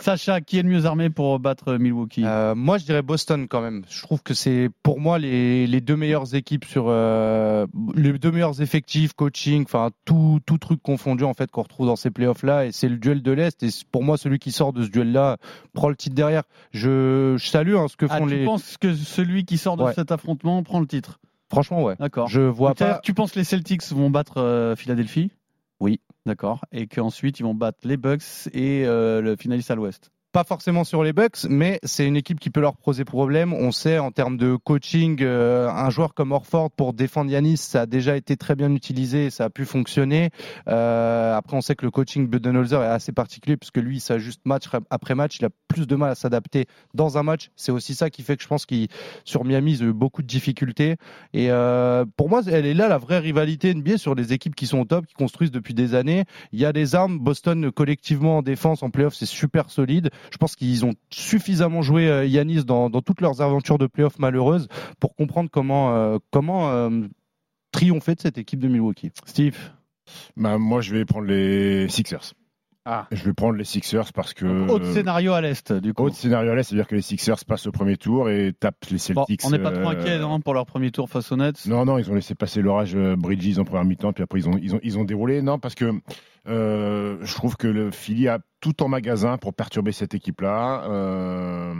E: Sacha, qui est le mieux armé pour battre Milwaukee
H: Ah.
A: Euh, moi, je dirais Boston quand même. Je trouve que c'est pour moi les, les deux meilleures équipes sur euh, les deux meilleurs effectifs, coaching, enfin tout, tout truc confondu en fait qu'on retrouve dans ces playoffs là. Et c'est le duel de l'est. Et c'est- pour moi, celui qui sort de ce duel là prend le titre derrière. Je, je salue hein, ce que
E: Ah,
A: font
E: tu
A: les.
E: penses que celui qui sort de
A: Ouais.
E: cet affrontement prend le titre
A: Franchement, ouais.
E: D'accord.
A: Je vois
E: Donc, c'est-à-dire
A: pas.
E: que Tu penses que les Celtics vont battre euh, Philadelphie
A: Oui.
E: D'accord. Et qu'ensuite, ils vont battre les Bucks et euh, le finaliste à l'ouest.
A: pas forcément sur les Bucks, mais c'est une équipe qui peut leur poser problème. On sait en termes de coaching, euh, un joueur comme Orford pour défendre Yanis, ça a déjà été très bien utilisé, et ça a pu fonctionner. Euh, après, on sait que le coaching Budenholzer est assez particulier puisque lui, il s'ajuste match après match. Il a plus de mal à s'adapter dans un match. C'est aussi ça qui fait que je pense qu'il sur Miami, ils ont eu beaucoup de difficultés. Et euh, pour moi, elle est là la vraie rivalité NBA sur les équipes qui sont au top, qui construisent depuis des années. Il y a des armes. Boston, collectivement, en défense, en playoff, c'est super solide. Je pense qu'ils ont suffisamment joué euh, Yanis dans, dans toutes leurs aventures de playoff malheureuses pour comprendre comment, euh, comment euh, triompher de cette équipe de Milwaukee.
E: Steve
H: Bah, moi, je vais prendre les Sixers.
E: Ah.
H: Je vais prendre les Sixers parce que.
E: Autre scénario à l'est, du coup.
H: Euh, Autre scénario là, c'est-à-dire que les Sixers passent au premier tour et tapent les
E: Bon,
H: Celtics.
E: on n'est pas trop
H: euh,
E: inquiet non, pour leur premier tour face aux Nets.
H: Non, non, ils ont laissé passer l'orage euh, Bridges en première mi-temps, puis après ils ont, ils ont, ils ont déroulé. Non, parce que euh, je trouve que le Philly a tout en magasin pour perturber cette équipe-là. Euh,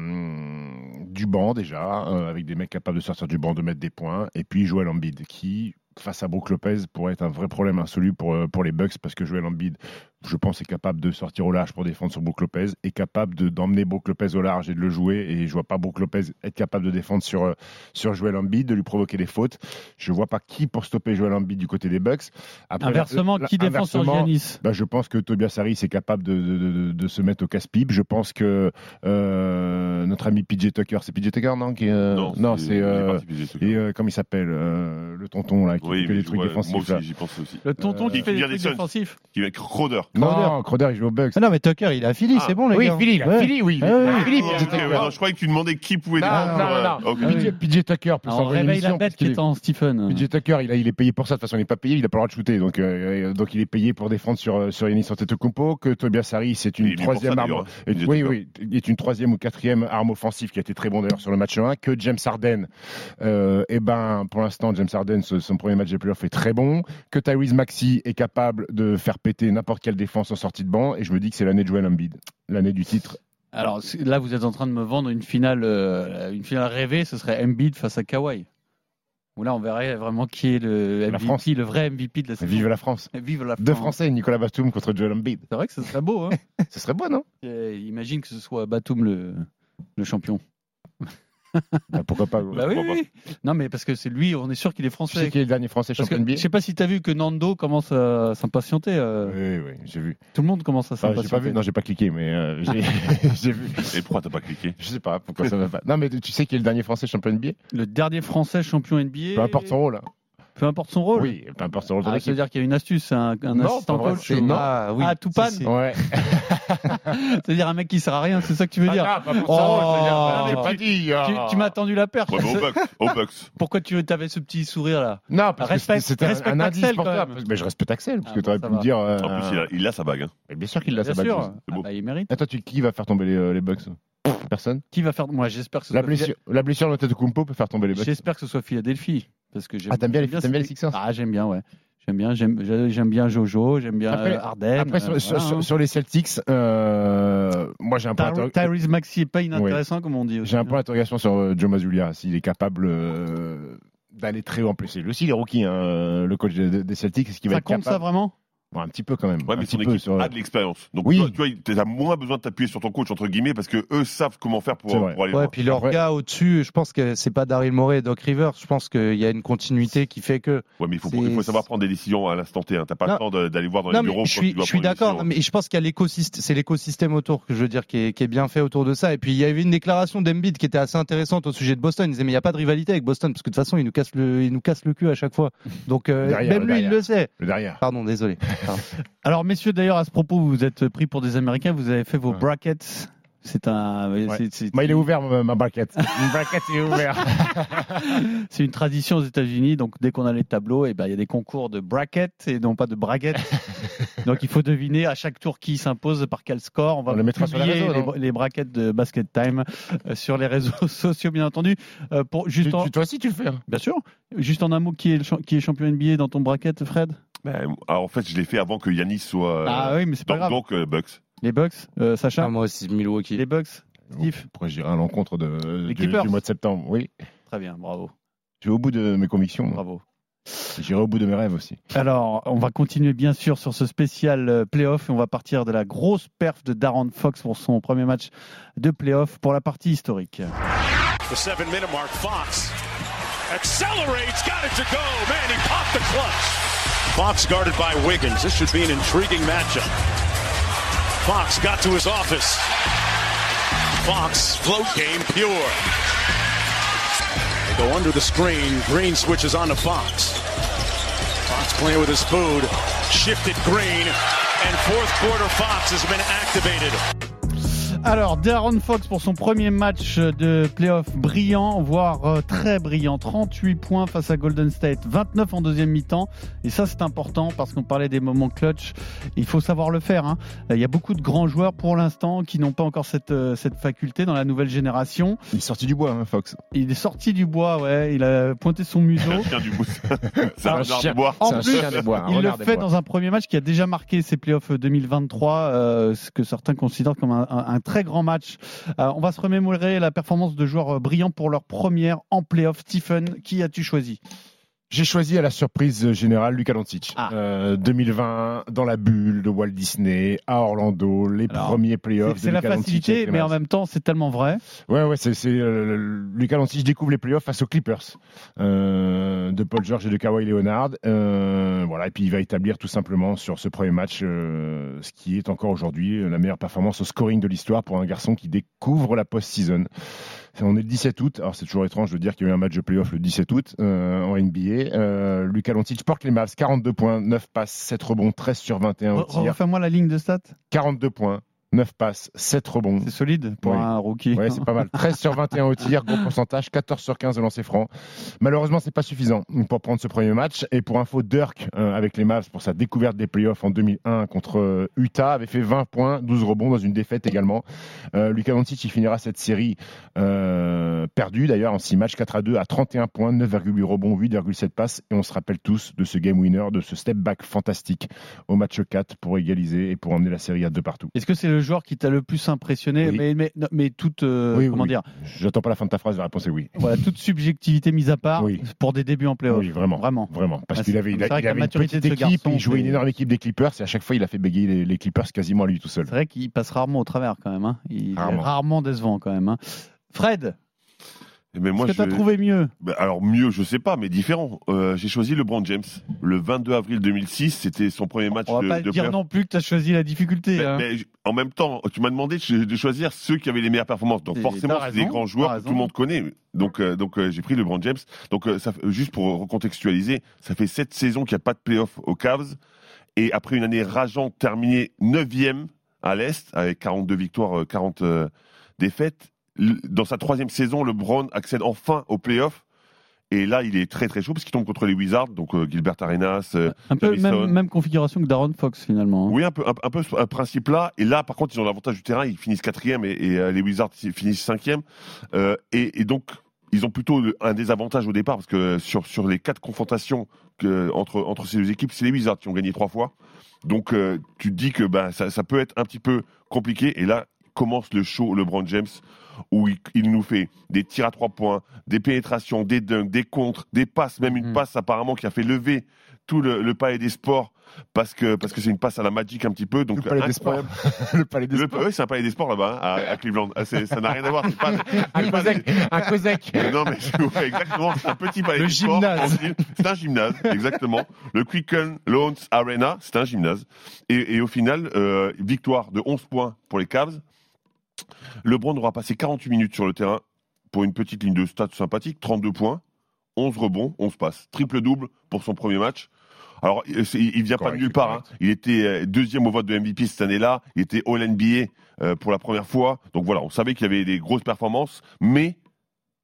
H: du banc déjà, euh, avec des mecs capables de sortir du banc, de mettre des points. Et puis Joel Embiid, qui face à Brook Lopez pourrait être un vrai problème insolu pour, euh, pour les Bucks parce que Joel Embiid je pense est capable de sortir au large pour défendre sur Brook Lopez est capable de- d'emmener Brook Lopez au large et de le jouer et je vois pas Brook Lopez être capable de défendre sur, euh, sur Joel Embiid de lui provoquer des fautes je vois pas qui pour stopper Joel Embiid du côté des Bucks Après,
E: Inversement,
H: la- la-
E: qui défend sur
H: euh, inversement,
E: Giannis
H: bah, je pense que Tobias Harris est capable de, de- de- de se mettre au casse-pipe. Je pense que euh, notre ami PJ Tucker, c'est PJ Tucker, non qui, est, euh, c'est.
G: il est
H: euh,
G: parti piger ce gars.
H: et euh, comme il s'appelle euh, Le tonton, là, qui
G: Oui,
H: fait que
G: mais
H: des
G: je
H: trucs
G: vois-
H: défensifs.
G: Moi aussi,
H: là.
G: j'y pense aussi.
E: Le
H: Euh,
E: tonton qui
G: qui
E: fait des
G: vient des
E: trucs
G: Suns.
E: défensifs.
G: Qui va être Crowder.
H: Non, Crowder, il joue au Bucks.
A: Ah non, mais Tucker, il a Philly,
G: Ah,
A: c'est bon, les gars.
H: Philly,
A: Ouais.
H: Philly, oui.
A: Ah oui, oui.
H: Philly,
G: Ok,
H: PJ Tucker.
G: ouais,
E: Ah
G: non, je croyais que tu demandais qui pouvait
H: Non,
G: défendre,
H: non,
G: euh,
H: non. Ah,
G: ok.
H: PJ PJ Tucker, plus
E: Alors, on
H: envoyer
E: réveille
H: une
E: la
H: mission,
E: bête
H: parce
E: qui
H: qu'il
E: est en Stephen.
H: PJ E Tucker, il, a- il est payé pour ça. De toute façon, il n'est pas payé, il n'a pas le droit de shooter. Donc, euh, donc il est payé pour défendre sur, euh, sur Yannis Antetokounmpo. Que Tobias Harris est
G: Il
H: une
G: est mis pour
H: troisième
G: ça,
H: arme.
G: d'ailleurs, hein.
H: est-
G: Il est
H: oui,
G: tout
H: oui, est une troisième ou quatrième arme offensive qui a été très bon d'ailleurs sur le match 1. Que James Harden, euh, eh ben, pour l'instant, James Harden, ce- son premier match de playoff est très bon. Que Tyrese Maxey est capable de faire péter n'importe quelle défense en sortie de banc. Et je me dis que c'est l'année de Joel Embiid, l'année du titre.
E: Alors c'est- là, vous êtes en train de me vendre une finale, euh, une finale rêvée. Ce serait Embiid face à Kawhi. Où là, on verrait vraiment qui est le
H: La France.
E: MVP, le vrai MVP de la saison.
H: Vive la France.
E: Vive la
H: Deux
E: France.
H: Français, Nicolas Batum contre Joel Embiid.
E: C'est vrai que ce serait beau. Hein
H: Ce serait beau, non
E: Et imagine que ce soit Batum le, le champion.
H: Bah, Pourquoi pas
E: Bah oui,
G: pourquoi
E: oui. Non, mais parce que c'est lui, on est sûr qu'il est
H: Tu sais
E: français.
H: qui est le dernier Français
E: Parce que
H: champion NBA
E: je sais pas si tu as vu que Nando commence à s'impatienter. euh,
H: Oui, oui, j'ai vu.
E: Tout le monde commence à
H: Enfin,
E: s'impatienter.
H: Ah, j'ai pas vu, non, j'ai pas cliqué, mais euh, j'ai j'ai vu.
G: Et pourquoi t'as pas cliqué
H: Je sais pas pourquoi ça va pas. Non, mais tu sais qui est le dernier Français champion NBA
E: Le dernier français champion NBA.
H: Peu importe son rôle. hein.
E: Peu importe son rôle.
H: Oui, peu importe son rôle. dans
E: Ah, ça
H: l'équipe.
E: veut dire qu'il y a une astuce, c'est un, un
H: Non,
E: assistant
H: pas vrai,
E: coach.
H: c'est- non.
A: Ah, oui.
E: Ah, Toupane.
A: Si, si.
H: Ouais.
E: C'est-à-dire un mec qui sert à rien, c'est ça que tu veux dire
H: Ah, non, pas pour
E: Oh,
H: son rôle, c'est-à-dire- Ah,
E: mais
H: j'ai pas
E: tu-
H: dit.
E: Tu,
H: ah.
E: tu m'as tendu la perche.
G: Ouais, mais au Bucks. Au Bucks.
E: Pourquoi tu avais ce petit sourire là
H: Non, parce
E: Respecte-
H: que c'était- c'était un-
E: respecte
H: un,
E: Axel,
H: indice
E: quand
H: pour toi.
E: même.
H: parce que- Mais je respecte Axel, parce
E: Ah,
H: que
E: bon,
H: t'aurais
E: ça
H: pu me
E: va.
H: dire. euh,
G: En plus, il a, il a sa bague. hein.
H: mais Bien sûr qu'il l'a,
E: Bien
H: sa bague.
E: sûr.
H: aussi.
E: Ah
G: beau.
E: bah, il mérite.
H: Attends, tu- qui va faire tomber les, euh, les Bucks Personne
E: Qui va faire Moi, j'espère que ce
H: la
E: soit
H: blessure, la blessure de Kumpo peut faire tomber les
E: Phila-
H: Bucks.
E: J'espère que ce soit Philadelphie parce que j'aime
H: Ah, t'aimes bien les-
E: j'aime
H: t'aimes bien les
E: ce-
H: Sixers
E: Ah, j'aime bien, ouais. J'aime bien, j'aime j'a- j'aime bien Jojo, j'aime bien
H: Après-
E: euh, Harden.
H: Après, sur,
E: euh,
H: sur-
E: voilà,
H: sur-
E: hein.
H: sur les Celtics, euh, moi j'ai un point
E: Tyre-
H: d'interro-
E: Tyrese Maxi est pas inintéressant, comme on dit. aussi,
H: J'ai un
E: hein.
H: point d'interrogation sur euh, Joe Mazzulia, s'il est capable euh, d'aller très haut en plus. C'est lui aussi les rookies, hein, le coach de- de- des Celtics, est-ce qu'il va
E: Ça
H: être
E: compte ça
H: capable
E: vraiment
H: Bon, un petit peu quand même.
G: Ouais,
H: un
G: mais
H: petit peu
G: son équipe
H: sur- euh,
G: a de l'expérience. Donc,
H: Oui.
G: toi, tu vois, il- t'as moins besoin de t'appuyer sur ton coach, entre guillemets, parce que eux savent comment faire pour,
A: C'est
G: pour
A: vrai.
G: aller loin.
A: ouais, puis leur gars au-dessus, je pense que c'est pas Daryl Morey et Doc Rivers. Je pense qu'il y a une continuité qui fait que.
G: Ouais, mais il faut,
A: C'est-
G: il faut savoir prendre des décisions à l'instant T. Hein. T'as pas
A: Non.
G: le temps de- d'aller voir dans
A: Non,
G: les
A: mais
G: bureaux.
A: je
G: quand
A: suis,
G: tu dois
A: je suis
G: prendre une
A: d'accord,
G: décision.
A: non, mais je pense qu'il y a l'écosystème, c'est l'écosystème autour que je veux dire qui est, qui est bien fait autour de ça. Et puis il y avait une déclaration d'Embiid qui était assez intéressante au sujet de Boston. Il disait mais il n'y a pas de rivalité avec Boston parce que de toute façon il nous casse le, il nous casse le cul à chaque fois. Donc euh,
H: Derrière,
A: même
H: le
A: lui
H: derrière.
A: il le sait.
H: Le derrière.
A: Pardon, désolé. Pardon.
E: Alors, messieurs, d'ailleurs, à ce propos, vous êtes pris pour des Américains, vous avez fait vos brackets. C'est un. c'est- c'est-
H: Moi, il est ouvert, ma, ma braquette. Une braquette, il est ouvert.
E: C'est une tradition aux États-Unis. Donc, dès qu'on a les tableaux, eh ben, il y a des concours de brackets et non pas de braguettes. donc, il faut deviner à chaque tour qui s'impose par quel score. On va
H: On le mettra sur les
E: publier
H: réseaux,
E: les,
H: non
E: les brackets de Basket Time euh, sur les réseaux sociaux, bien entendu. Euh, pour, juste en-
H: Toi aussi, tu le fais. hein.
E: Bien sûr. Juste en un mot, qui est, le cha- qui est champion NBA dans ton bracket, Fred
G: Ben, alors, en fait, je l'ai fait avant que Yanis soit. euh,
A: Bah,
E: Ah oui, mais c'est pas
G: donc,
E: grave.
G: Donc, euh, Bucks.
E: Les Bucks euh, Sacha
A: Ah, moi aussi Milwaukee.
E: Les Bucks Steve
H: Pourquoi j'irai à l'encontre de,
E: Les
H: du,
E: Clippers.
H: du mois de septembre Oui.
E: Très bien, bravo.
H: Je vais au bout de mes convictions. moi.
E: Bravo. Oh.
H: J'irai au bout de mes rêves aussi.
E: Alors, on va continuer bien sûr sur ce spécial euh, playoff et on va partir de la grosse perf de Darren Fox pour son premier match de playoff pour la partie historique.
B: The seven minute mark, Fox accelerates, got it to go. Man, he popped the clutch.
I: Fox guarded by Wiggins. This should be an intriguing matchup.
B: Fox got to his office. Fox, float game pure. They go under the screen. Green switches on to Fox. Fox playing with his food. Shifted Green. And fourth quarter, Fox has been activated.
E: Alors, Darren Fox pour son premier match de playoff brillant, voire euh, très brillant. 38 points face à Golden State, 29 en deuxième mi-temps. Et ça, c'est important parce qu'on parlait des moments clutch. Il faut savoir le faire. hein. Il y a beaucoup de grands joueurs pour l'instant qui n'ont pas encore cette, euh, cette faculté dans la nouvelle génération.
H: Il est sorti du bois, hein, Fox.
E: Il est sorti du bois, ouais. Il a pointé son museau.
G: Tiens, du coup, c'est
H: un
G: un renard
H: chien.
G: de bois.
E: En
H: C'est un
E: plus,
H: chien des bois, un
E: il le
H: renard des
E: fait
H: bois.
E: dans un premier match qui a déjà marqué ses playoffs 2023, euh, ce que certains considèrent comme un, un- un très grand match. Euh, on va se remémorer la performance de joueurs euh, brillants pour leur première en playoff. Stephen, qui as-tu choisi
H: J'ai choisi à la surprise générale Luca Doncic.
E: Ah.
H: Euh, 2020, dans la bulle de Walt Disney, à Orlando, les
E: Alors,
H: premiers
E: C'est
H: playoffs.
E: c'est la facilité, mais en même temps, c'est tellement vrai.
H: temps. Ouais, ouais, c'est c'est, euh, Luca Doncic découvre les playoffs face aux Clippers euh, de Paul George et de Kawhi Leonard. Euh, voilà, et puis il va établir tout simplement sur ce premier match euh, ce qui est encore aujourd'hui euh, la meilleure performance au scoring de l'histoire pour un garçon qui découvre la post-season. On est le 17 août, alors c'est toujours étrange de dire qu'il y a eu un match de playoff le 17 août euh, en NBA. Euh, Lucas Doncic porte les Mavs, 42 points, 9 passes, 7 rebonds, 13 sur 21 au
E: Re-
H: tir.
E: Refais-moi la ligne de stats.
H: 42 points, 9 passes, 7 rebonds.
E: C'est solide pour
H: Oui.
E: un rookie.
H: Ouais, c'est pas mal. 13 sur 21 au tir, gros pourcentage, 14 sur 15 de lancer franc. Malheureusement, c'est pas suffisant pour prendre ce premier match. Et pour info, Dirk, euh, avec les Mavs, pour sa découverte des playoffs en 2001 contre euh, Utah, avait fait 20 points, 12 rebonds dans une défaite également. Euh, Luka Doncic, il finira cette série euh, perdue d'ailleurs en 6 matchs, 4 à 2, à 31 points, 9,8 rebonds, 8,7 passes. Et on se rappelle tous de ce game winner, de ce step back fantastique au match 4 pour égaliser et pour emmener la série à deux partout.
E: Est-ce que c'est le joueur qui t'a le plus impressionné
H: Oui.
E: Mais, mais, non, mais toute, euh,
H: Oui, oui,
E: comment
H: oui.
E: dire,
H: J'attends pas la fin de ta phrase, la réponse est oui.
E: voilà, toute subjectivité mise à part
H: Oui.
E: pour des débuts en playoff.
H: Oui, vraiment.
E: Vraiment.
H: Vraiment, parce
E: Ah,
H: qu'il
E: c'est-
H: avait, il
E: c'est
H: a-
E: vrai
H: il
E: que la
H: avait une
E: maturité
H: petite
E: de ce
H: équipe,
E: garçon,
H: il jouait une
E: c'est-
H: énorme équipe des Clippers, et à chaque fois, il a fait bégayer les, les Clippers quasiment à lui tout seul.
E: C'est vrai qu'il passe rarement au travers quand même. hein. Il
H: Rarement.
E: est rarement décevant quand même. hein. Fred,
G: Mais moi,
E: est-ce que
G: je.
E: t'as trouvé mieux
G: Ben, alors mieux, je sais pas, mais différent. Euh, J'ai choisi LeBron James. Le 22 avril 2006, c'était son premier match
E: On va
G: de,
E: pas
G: de
E: dire
G: playoff.
E: non plus que t'as choisi la difficulté.
G: Mais-
E: hein.
G: mais Ben, j- en même temps, tu m'as demandé de de choisir ceux qui avaient les meilleures performances. Donc
E: Et
G: forcément,
E: t'as
G: c'est des
E: raison,
G: grands
E: t'as
G: joueurs que tout le
E: raison.
G: monde connaît. Donc, euh, donc euh, j'ai pris LeBron James. Donc euh, ça, f- juste pour recontextualiser, ça fait sept saisons qu'il n'y a pas de playoff aux Cavs. Et après une année rageante terminée 9e à l'Est, avec 42 victoires, euh, 40 euh, défaites, l- dans sa troisième saison, LeBron accède enfin aux playoffs. Et là, il est très très chaud parce qu'il tombe contre les Wizards, donc euh, Gilbert Arenas, euh,
E: Un peu
G: Jamison.
E: même, même configuration que Darren Fox finalement. hein.
G: oui, un peu, un, un peu ce principe là. Et là, par contre, ils ont l'avantage du terrain. Ils finissent quatrième et, et, euh, les Wizards ils finissent cinquième. Euh, et, et donc, ils ont plutôt le- un désavantage au départ parce que sur, sur les quatre confrontations que, entre, entre ces deux équipes, c'est les Wizards qui ont gagné trois fois. Donc, euh, tu te dis que bah, ça, ça peut être un petit peu compliqué. Et là, commence le show LeBron James où il, il nous fait des tirs à trois points, des pénétrations, des dunks, des contres, des passes, même une
E: Mhm.
G: passe apparemment qui a fait lever tout le, le palais des sports parce que parce que c'est une passe à la Magic un petit peu. Donc euh,
H: Le palais des
G: incroyable.
H: Le palais des
G: Le- Oui, c'est un palais des sports là-bas, hein, à, à Cleveland. Ah, c'est- Ça n'a rien à voir. c'est Pas,
E: hein.
G: c'est pas-
H: Un Cosec.
G: Non, mais c'est- ouais, exactement, c'est un petit palais
H: Le
G: des sports.
H: gymnase.
G: en ville. C'est un gymnase, exactement. Le Quicken Loans Arena, c'est un gymnase. Et, et au final, euh, victoire de 11 points pour les Cavs. LeBron aura passé 48 minutes sur le terrain pour une petite ligne de stats sympathique, 32 points, 11 rebonds, 11 passes, triple-double pour son premier match. Alors, euh, c'est- il, il vient pas de nulle part. hein. Il était euh, deuxième au vote de MVP cette année-là. Il était All-NBA euh, pour la première fois. Donc voilà, on savait qu'il avait des grosses performances, mais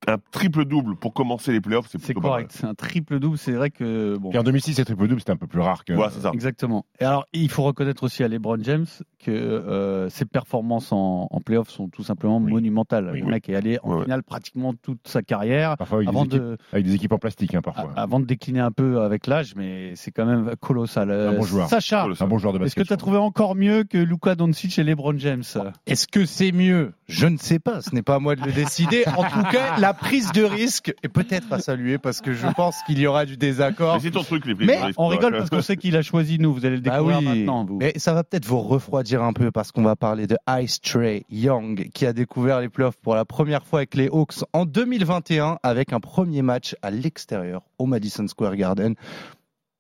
G: un triple-double pour commencer les playoffs, c'est
E: C'est
G: plutôt
E: correct, c'est un triple-double, c'est vrai que... Bon.
H: Et en 2006, ces triple double, c'était un peu plus rare que.
G: pas mal. Ouais, c'est ça.
E: Exactement. Et alors, il faut reconnaître aussi à LeBron James que euh, ses performances en, en playoff sont tout simplement monumentales.
H: Oui,
E: Le
H: oui.
E: mec est allé en
G: Ouais, ouais.
E: finale pratiquement toute sa carrière
H: Parfois avec,
E: avant
H: des, équipes,
E: de,
H: avec des équipes en plastique, hein,
E: a-
H: parfois.
E: avant de décliner un peu avec l'âge, mais c'est quand même colossal. Euh,
H: bon joueur.
E: Sacha,
G: Colossal.
H: un bon joueur de
E: est-ce que
H: basket. Oh,
E: tu as trouvé encore mieux que Luka Doncic et LeBron James
A: Est-ce que c'est mieux Je ne sais pas, ce n'est pas à moi de le décider. En tout cas, la prise de risque est peut-être à saluer parce que je pense qu'il y aura du
G: Mais
A: désaccord.
G: c'est ton truc, les prises
E: Mais
G: de risque,
E: on
G: toi.
E: rigole parce qu'on sait qu'il a choisi nous, vous allez le
A: Bah
E: découvrir
A: oui.
E: maintenant. Vous.
A: Mais ça va peut-être vous refroidir un peu parce qu'on va parler de Ice Trey Young qui a découvert les playoffs pour la première fois avec les Hawks en 2021 avec un premier match à l'extérieur au Madison Square Garden.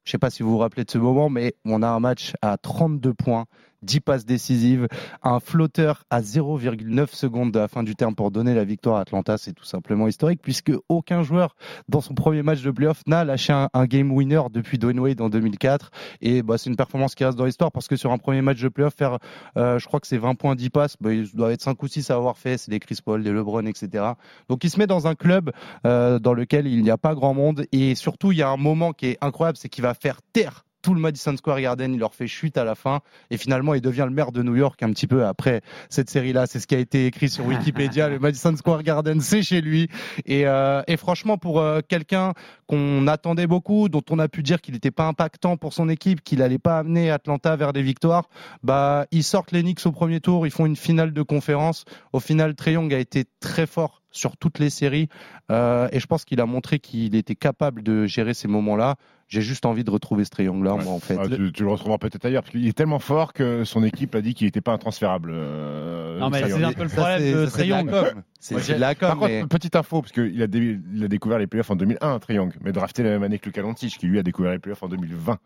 A: Je sais pas si vous vous rappelez de ce moment, mais on a un match à 32 points, 10 passes décisives, un flotteur à 0,9 secondes de la fin du terme pour donner la victoire à Atlanta. C'est tout simplement historique puisque aucun joueur dans son premier match de playoff n'a lâché un, un game winner depuis Dwayne Wade en 2004. Et bah, c'est une performance qui reste dans l'histoire parce que sur un premier match de playoff, faire, euh, je crois que c'est 20 points, 10 passes, bah, il doit être 5 ou 6 à avoir fait. C'est des Chris Paul, des LeBron, etc. Donc il se met dans un club euh, dans lequel il n'y a pas grand monde. Et surtout, il y a un moment qui est incroyable, c'est qu'il va faire taire tout le Madison Square Garden. Il leur fait chute à la fin. Et finalement, il devient le maire de New York un petit peu après cette série-là. C'est ce qui a été écrit sur Wikipédia. le Madison Square Garden, c'est chez lui. Et, euh, et franchement, pour euh, quelqu'un qu'on attendait beaucoup, dont on a pu dire qu'il n'était pas impactant pour son équipe, qu'il n'allait pas amener Atlanta vers des victoires, bah, ils sortent les Knicks au premier tour, ils font une finale de conférence. Au final, Trae Young a été très fort sur toutes les séries euh, et je pense qu'il a montré qu'il était capable de gérer ces moments-là. J'ai juste envie de retrouver ce Trae Young-là,
H: Ouais.
A: moi, en fait.
H: Ah, tu, tu le retrouveras peut-être ailleurs, parce qu'il est tellement fort que son équipe a dit qu'il n'était pas intransférable. euh,
E: Non, mais
H: Trae
E: c'est
H: Young.
E: un peu le
A: Ça,
E: problème
A: c'est-
E: de
A: ça, c'est
E: Trae
A: de la
E: Young.
A: com. C'est
H: Ouais.
A: c'est de la com,
H: Par contre,
A: mais-
H: petite info, parce qu'il a, dé- il a découvert les playoffs en 2001, Triangle, mais drafté la même année que Lucas Doncic, qui lui a découvert les playoffs en 2020.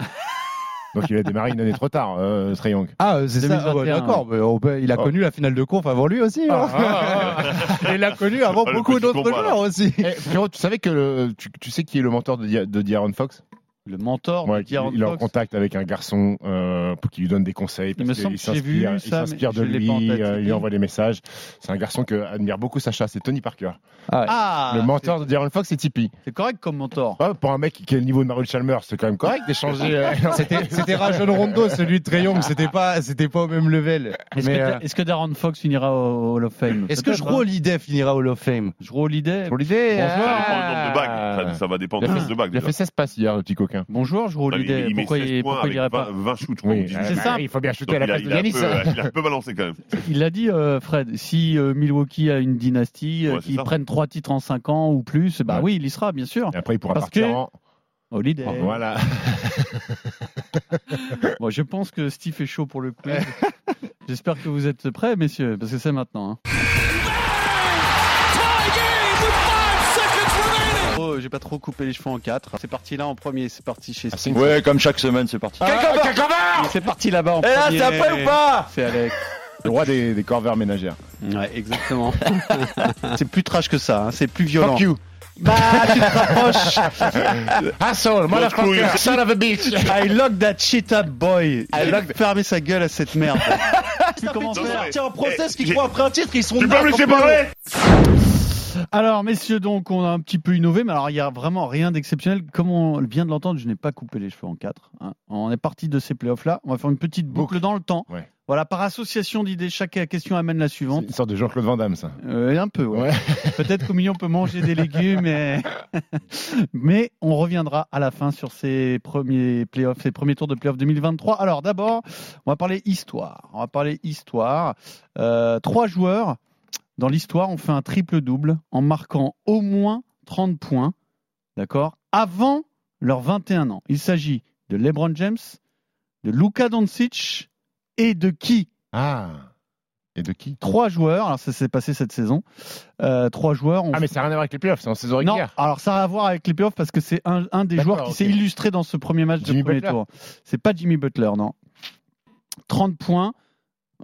H: Donc il a démarré une année trop tard, euh, Triangle.
A: Ah, euh, c'est ça,
E: 2021,
A: ah ouais, d'accord. mais on peut- Il a
H: Oh.
A: connu la finale de conf avant lui aussi.
H: Ah,
E: Ah,
A: hein. Et il l'a connu avant
G: Ah, le
A: beaucoup
G: petit
A: d'autres
G: combat, là.
A: joueurs aussi.
H: Eh, tu savais que le- tu, tu sais qui est le mentor de, Dia- de D'Aaron Fox
E: Le mentor de
H: Ouais, qui-
E: Oh, De'Aaron
H: Il est en
E: Fox.
H: contact avec un garçon euh, pour qu'il lui donne des conseils.
E: Il
H: parce
E: me
H: qu'il
E: semble que j'ai
H: s'inspire-
E: vu
H: il
E: ça, mais
H: s'inspire
E: je
H: de
E: l'ai pas en
H: lui,
E: tête,
H: euh,
E: c'est
H: il
E: qui
H: lui envoie des messages. C'est un garçon que admire beaucoup Sacha, c'est Tony Parker.
E: Ah,
H: le mentor de D'Aaron Fox, c'est Tipeee.
E: c'est- c'est correct comme mentor.
H: Ouais, pour un mec qui a le niveau de Mario Chalmers, c'est quand même correct d'échanger. euh,
A: C'était c'était Rajon Rondo, celui de Trayon, c'était pas, c'était pas au même level.
E: Est-ce
A: Mais,
E: que,
A: euh,
E: est que Darren Fox finira au Hall of Fame
A: Est-ce que
E: Peut-être,
A: je
E: hein.
A: Holiday finira Hall of Fame
E: Jrue Holiday eh, ah.
H: Pour l'idée.
E: hein.
G: Ça
H: euh,
G: dépend du nombre de bagues. Ça, ça va dépendre du nombre de bagues.
H: Il a
G: déjà.
H: fait 16 passes hier, le petit coquin.
E: Bonjour, Jrue
G: Enfin,
E: Holiday.
G: Bah, met
E: Pourquoi
G: 16
E: il
G: points
E: pourquoi il
G: avec
E: irait pas
G: 20, 20 shoots,
H: Oui,
G: quoi, on dit.
E: c'est
H: bah,
E: ça.
H: Il faut bien
G: Donc,
H: shooter à la
G: il, a,
H: place de
G: il a un
H: Yanis.
G: peu, il a un peu balancé quand même.
E: Il l'a dit, euh, Fred. Si euh, Milwaukee a une dynastie, euh,
G: Ouais, c'est
E: qu'ils
G: ça.
E: prennent trois titres en cinq ans ou plus, bah
H: Ouais.
E: oui, il y sera, bien sûr.
H: Et après, il pourra
E: Parce
H: partir
E: que-
H: en.
E: Holiday.
H: Voilà.
E: Bon, je pense que Steve est chaud pour le quiz. J'espère que vous êtes prêts, messieurs, parce que c'est maintenant. hein. Oh, j'ai pas trop coupé les cheveux en quatre. C'est parti là en premier, c'est parti chez
G: Ah,
E: Steve.
K: Ouais, comme chaque semaine, c'est parti.
E: C'est parti là-bas en premier.
K: pas
E: C'est Alex.
H: Le roi des, des corvères ménagères.
E: Ouais, exactement. c'est plus trash que ça, hein, c'est plus violent.
H: Fuck you.
E: Bah, tu te rapproches.
H: Asshole, motherfucker, son of a bitch.
E: I love that shit up, boy. I love fermer sa gueule à cette merde. tu comment faire
A: en
G: process, Eh, qu'ils j'ai-
A: croient
G: croient
A: après un titre, ils sont
G: Tu peux me laisser parler
E: Alors, messieurs, donc, on a un petit peu innové, mais alors, il n'y a vraiment rien d'exceptionnel. Comme on vient de l'entendre, je n'ai pas coupé les cheveux en quatre. hein. On est parti de ces playoffs-là. On va faire une petite boucle, dans le temps.
H: Ouais.
E: Voilà, par association d'idées, chaque question amène la
H: C'est
E: suivante.
H: une sorte de Jean-Claude Van Damme, ça.
E: Euh, un peu, ouais.
H: Ouais.
E: Peut-être qu'au milieu, on peut manger des légumes, mais... mais on reviendra à la fin sur ces premiers playoffs, ces premiers tours de playoffs 2023. Alors d'abord, on va parler histoire. On va parler histoire. Euh, trois joueurs dans l'histoire ont fait un triple-double en marquant au moins 30 points, d'accord, avant leurs 21 ans. Il s'agit de LeBron James, de Luka Doncic et de qui
H: Ah Et de qui
E: Trois joueurs, alors ça s'est passé cette saison. Euh, trois joueurs.
H: Ah, mais ça n'a rien à voir avec les playoffs, c'est en saison
E: Non,
H: régulière.
E: alors ça a à voir avec les playoffs parce que c'est un, un des
H: D'accord,
E: joueurs qui
H: ok.
E: s'est illustré dans ce premier match
H: Jimmy
E: de premier
H: Butler.
E: tour. C'est pas Jimmy Butler, non. 30 points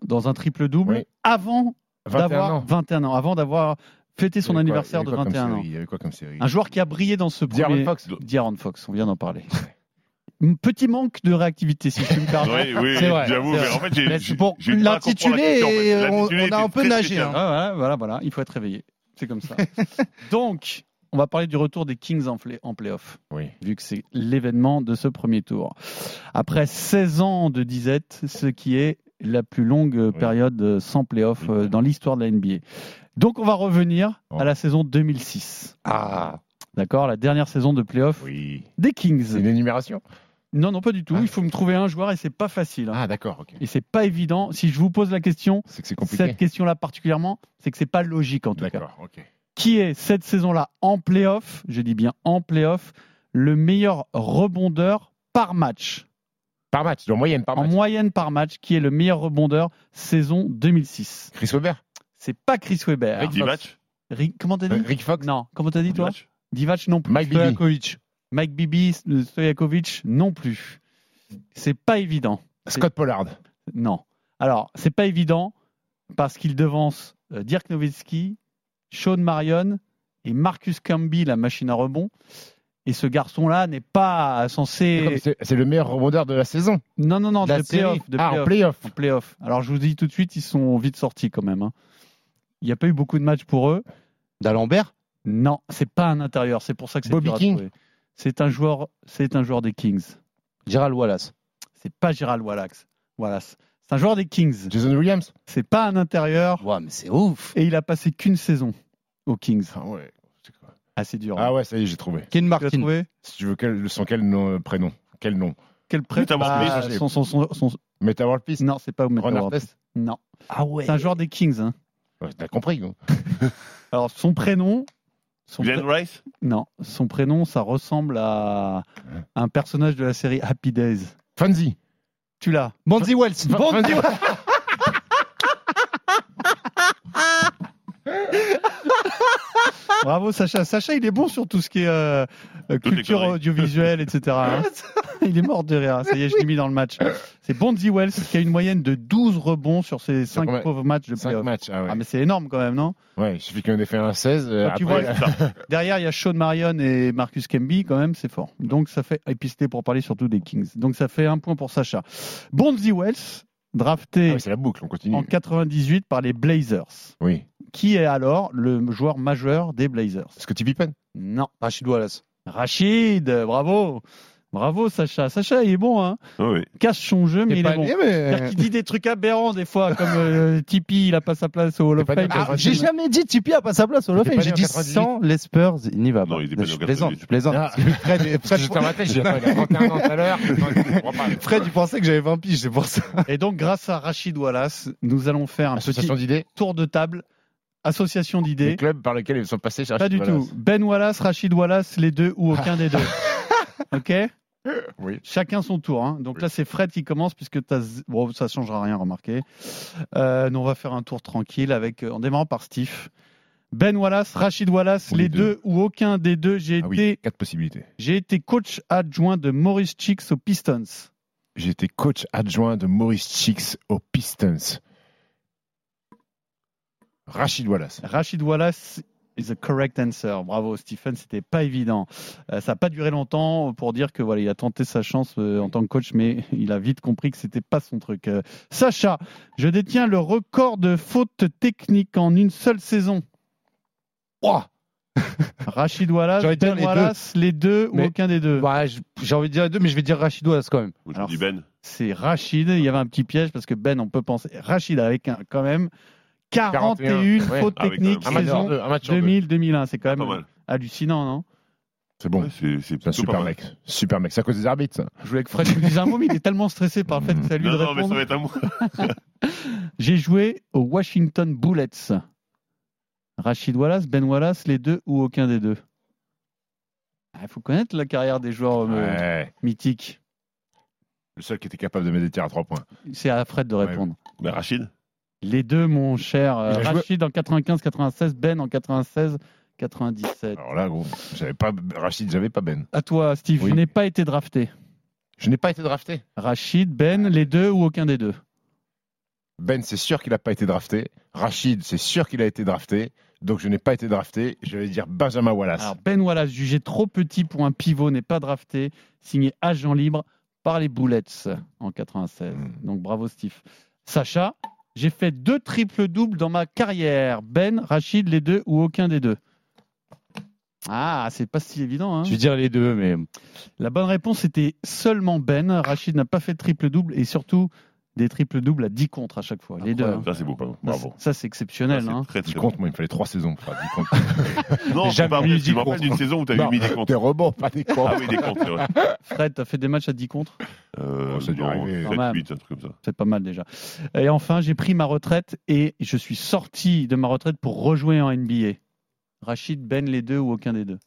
E: dans un triple-double
H: Oui.
E: avant
H: 21
E: d'avoir
H: ans.
E: 21 ans, avant d'avoir fêté son
H: Il y avait quoi-
E: anniversaire
H: il y
E: de
H: avait quoi comme
E: 21
H: série
E: ans.
H: Il y avait quoi comme série
E: Un joueur qui a brillé dans ce
H: De'Aaron
E: premier...
H: Fox.
E: De'Aaron Fox, on vient d'en parler. Un Petit manque de réactivité, si tu me permets.
G: Oui, oui,
E: C'est vrai,
G: j'avoue,
E: c'est
G: mais
E: vrai.
G: en fait, j'ai-
E: Mais
G: j'ai-
E: c'est pour
G: j'ai eu du mal à comprendre la
E: l'intitulé
G: question, en fait.
E: et on,
G: L'intitulé
E: on a
G: était
E: un peu
G: très
E: nagé.
G: spécial.
E: hein. Ah ouais, voilà, voilà, il faut être réveillé. C'est comme ça. Donc, on va parler du retour des Kings en, play en playoff.
H: Oui.
E: Vu que c'est l'événement de ce premier tour. Après 16 ans de disette, ce qui est la plus longue euh, période euh, sans playoff euh, dans l'histoire de la NBA. Donc, on va revenir
H: Oh.
E: à la saison 2006.
H: Ah
E: D'accord La dernière saison de playoff des Kings. C'est
H: une énumération
E: Non, non, pas du tout. Il faut me trouver un joueur et c'est pas facile. hein.
H: Ah, d'accord, ok.
E: Et c'est pas évident. Si je vous pose la question,
H: C'est que c'est compliqué.
E: cette question-là particulièrement, c'est que c'est pas logique en tout cas.
H: D'accord, ok.
E: Qui est cette saison-là en playoff, je dis bien en playoff, le meilleur rebondeur par match
H: Par match, en moyenne par
E: match. En moyenne par match, qui est le meilleur rebondeur saison 2006
H: Chris Weber
E: C'est pas Chris Weber.
H: Rick Divac
E: Rick- comment t'as dit
H: euh, Rick Fox
E: Non, comment t'as dit toi Divac non plus.
H: Mike Bibby.
E: Stojakovic. Mike Bibi, Stojakovic non plus. C'est pas évident.
H: Scott Pollard.
E: Non. Alors, c'est pas évident parce qu'il devance euh, Dirk Nowitzki, Sean Marion et Marcus Camby, la machine à rebond. Et ce garçon-là n'est pas
H: D'accord, mais
E: censé.
H: C'est c'est le meilleur rebondeur de la saison.
E: Non, non, non,
H: de la
E: de
H: série.
E: playoff. de
H: Ah, en playoff.
E: En playoff. Alors, je vous dis tout de suite, ils sont vite sortis quand même. hein. Il n'y a pas eu beaucoup de matchs pour eux.
A: D'Alembert
E: Non, c'est pas un intérieur. C'est pour ça que c'est
A: Bobby
E: dur à
A: King
E: trouver. C'est un joueur, c'est un joueur des Kings.
A: Gérald Wallace.
E: C'est pas Gérald Wallax. Wallace. C'est un joueur des Kings.
H: Jason Williams
E: C'est pas un intérieur.
A: Ouais, mais c'est ouf.
E: Et il a passé qu'une saison aux Kings.
H: Ah ouais.
E: Ah, c'est dur.
H: Ah ouais, ça y est, j'ai trouvé.
A: Ken
E: Tu l'as trouvé
H: Si tu veux, quel, sans quel nom, euh, prénom Quel nom
E: Quel prêt
H: Meta World
E: Bah,
H: Peace.
E: son, son, son, son-
H: Meta World Peace
E: Non, c'est pas Meta
H: Ron
E: World
H: Artest
E: Peace. Non.
A: Ah ouais.
E: C'est un joueur des Kings. hein.
H: Ouais, T'as compris, non
E: Alors, son prénom. Son
G: Glenn
E: pré-
G: Rice
E: Non, son prénom, ça ressemble à un personnage de la série Happy Days.
H: Fonzie
E: Tu l'as
A: Bonzi Wells.
H: Fonzie
E: Bravo Sacha. Sacha, il est bon sur tout ce qui est euh, euh,
G: les
E: culture
G: conneries.
E: audiovisuelle, etc. hein. il est mort de rire. hein. Ça y est, je l'ai mis dans le match. C'est Bonzi Wells qui a une moyenne de 12 rebonds sur ses 5
H: combien
E: pauvres matchs de
H: 5
E: playoff.
H: matchs, ah ouais.
E: Ah, mais c'est énorme quand même, non
H: Ouais, il suffit qu'on ait fait un 16. euh,
E: Quand tu
H: après-
E: vois- Derrière, il y a Sean Marion et Marcus Camby, quand même, c'est fort. Donc ça fait épiceté pour parler surtout des Kings. Donc ça fait un point pour Sacha. Bonzi Wells,
H: Ah
E: drafté
H: oui, c'est la boucle, on continue.
E: en 98 par les Blazers.
H: Oui.
E: Qui est alors le joueur majeur des Blazers
H: Scottie Pippen
E: Non.
A: Rachid Wallace.
E: Rachid, bravo Bravo Sacha. Sacha, il est bon, hein
G: Ah oui.
E: Cache son jeu, mais
A: T'es
E: il
A: pas
E: est bon.
A: lié,
E: C'est-à-dire
A: mais...
E: qu'il dit des trucs aberrants des fois, comme euh, Tipeee, il a pas sa place au Hall of
H: pas
E: Fame.
H: né en
A: Ah, j'ai jamais dit Tipeee a pas sa place au Lofé.
H: pas né
A: J'ai
H: en
A: dit
H: 98.
A: sans les Spurs, il n'y va pas.
G: Non, il est pas né en
A: je plaisante,
G: 98.
A: je plaisante.
H: Ah.
A: Parce que Fred, est-
H: Parce que j'étais dans ma tête, j'ai dit, attends, il a 31 ans tout à l'heure. Non, je comprends pas.
A: Fred, il pensait que j'avais 20 piges, c'est pour ça.
E: Et donc, grâce à Rachid Wallace, nous allons faire un
H: Association
E: petit
H: d'idées
E: tour de table. Association
H: Les
E: d'idées.
H: clubs par lesquels ils sont passés chercher
E: Pas du
H: Wallace.
E: tout. Ben Wallace, Rachid Wallace, les deux ou aucun des deux. Ok
H: Oui.
E: Chacun son tour. hein. Donc là, c'est Fred qui commence puisque t'as z- bon, ça changera rien, remarquez. Euh, nous, on va faire un tour tranquille avec, euh, en démarrant par Steve. Ben Wallace, Rachid Wallace,
H: Ou
E: les
H: les deux.
E: deux ou aucun des deux. J'ai été,
H: Ah oui, quatre possibilités.
E: j'ai été coach adjoint de Maurice Chicks aux Pistons.
H: J'ai été coach adjoint de Maurice Chicks aux Pistons. Rachid Wallace.
E: Rachid Wallace is the correct answer. Bravo, Stephen, c'était pas évident. Euh, ça n'a pas duré longtemps pour dire que voilà, il a tenté sa chance euh, en tant que coach, mais il a vite compris que c'était pas son truc. Euh, Sacha, je détiens le record de fautes techniques en une seule saison.
A: Ouah.
E: Rachid Wallace,
A: J'aurais dit
E: Ben
A: les deux.
E: Wallace, les deux ou
A: Mais-
E: aucun des deux.
A: Bah, je- j'ai envie de dire les deux, mais je vais dire Rachid Wallace quand même.
G: Moi, je
E: Alors,
G: dis Ben.
E: C'est Rachid. Il y avait un petit piège parce que Ben, on peut penser. Rachid avec un, quand même 41,
H: 41, ouais. euh,
E: fautes
G: Ah oui, quand même.
E: techniques
H: Un match sur
E: saison
H: deux, un match sur deux.
E: 2000-2001. C'est quand
G: Pas
E: même
G: mal.
E: hallucinant, non
H: C'est bon.
G: Ouais, c'est c'est
H: C'est un
G: plutôt pas
H: super
G: mal.
H: mec. Super mec. C'est à cause des arbitres, ça.
E: Je voulais que Fred me dise un mot, mais il est tellement stressé par le fait que c'est à lui de
G: Non, non, mais ça
E: répondre.
G: va être à moi.
E: J'ai joué aux Washington Bullets. Rachid Wallace, Ben Wallace, les deux ou aucun des deux Ah, Il faut connaître la carrière des joueurs euh,
H: Ouais.
E: mythiques.
H: Le seul qui était capable de mettre des tirs à 3 points.
E: C'est à Fred de répondre.
G: Mais Rachid
E: Les deux, mon cher euh,
H: Il a joué-
E: Rachid en 95-96, Ben en 96-97.
H: Alors là, gros, j'avais pas Rachid, j'avais pas Ben.
G: Ah.
E: À toi, Steve, je n'ai pas été drafté.
H: Je n'ai pas été drafté.
E: Rachid, Ben, les deux ou aucun des deux
H: Ben, c'est sûr qu'il n'a pas été drafté. Rachid, c'est sûr qu'il a été drafté. Donc je n'ai pas été drafté. Je vais dire Benjamin Wallace.
E: Alors, Ben Wallace, jugé trop petit pour un pivot, n'est pas drafté, signé agent libre par les Bullets en 96. Donc bravo Steve. Sacha, j'ai fait deux triples-doubles dans ma carrière. Ben, Rachid, les deux ou aucun des deux Ah, c'est pas si évident. Hein
A: Je vais dire les deux, mais euh,
E: La bonne réponse était seulement Ben. Rachid n'a pas fait de triple-double et surtout des triples-doubles à 10 contre à chaque fois. Les deux. hein.
G: Ça, c'est beau. Bravo.
E: Ça, c'est exceptionnel. hein.
G: Ah, Très, très
H: Compte, moi, il me fallait 3 saisons pour faire 10 comptes.
G: Non,
H: Jamais
G: c'est pas vrai.
H: mis
G: Je
H: dix
G: me rappelle
H: comptes.
G: d'une saison où tu avais
H: Non,
G: mis des comptes.
H: Des rebonds, pas des comptes.
G: Ah oui, des comptes, c'est vrai.
E: Fred, t'as fait des matchs à 10 contre
G: Euh,
H: ça a dû
G: non,
H: arriver.
G: sept,
E: Quand même.
G: huit, un truc comme ça.
E: C'est pas mal déjà. Et enfin, j'ai pris ma retraite et je suis sorti de ma retraite pour rejouer en NBA. Rachid, Ben, les deux ou aucun des deux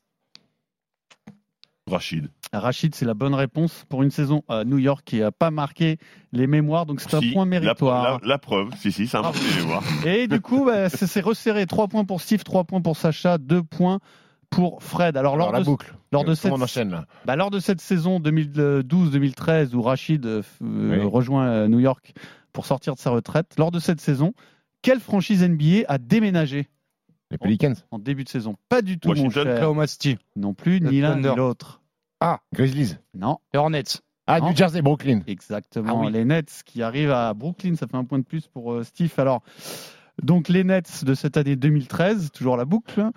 G: Rachid.
E: Rachid, c'est la bonne réponse pour une saison à New York qui n'a pas marqué les mémoires, donc c'est un
G: Si,
E: point
G: la-
E: méritoire.
G: La, la preuve, si, si, c'est un peu de mémoire.
E: Et du coup, bah, ça s'est resserré. 3 points pour Steve, 3 points pour Sacha, 2 points pour Fred. Alors, lors
H: Alors, la
E: de,
H: boucle.
E: lors de
H: Tout
E: cette
H: le monde enchaîne là.
E: Bah, lors de cette saison 2012-2013 où Rachid euh, f- euh,
H: Oui.
E: rejoint euh, New York pour sortir de sa retraite, lors de cette saison, quelle franchise NBA a déménagé
H: Les Pelicans.
E: en début de saison Pas du tout,
G: Washington,
E: mon cher.
A: Oklahoma City,
E: Non plus,
A: Le
E: ni l'un ni
A: Thunder.
E: l'autre.
H: Ah, Grizzlies.
E: Non,
A: les Hornets.
H: Ah,
E: Non.
H: New Jersey, Brooklyn.
E: exactement.
A: Ah oui.
E: Les Nets qui arrivent à Brooklyn, ça fait un point de plus pour euh, Steve. Alors, donc les Nets de cette année 2013, toujours la boucle.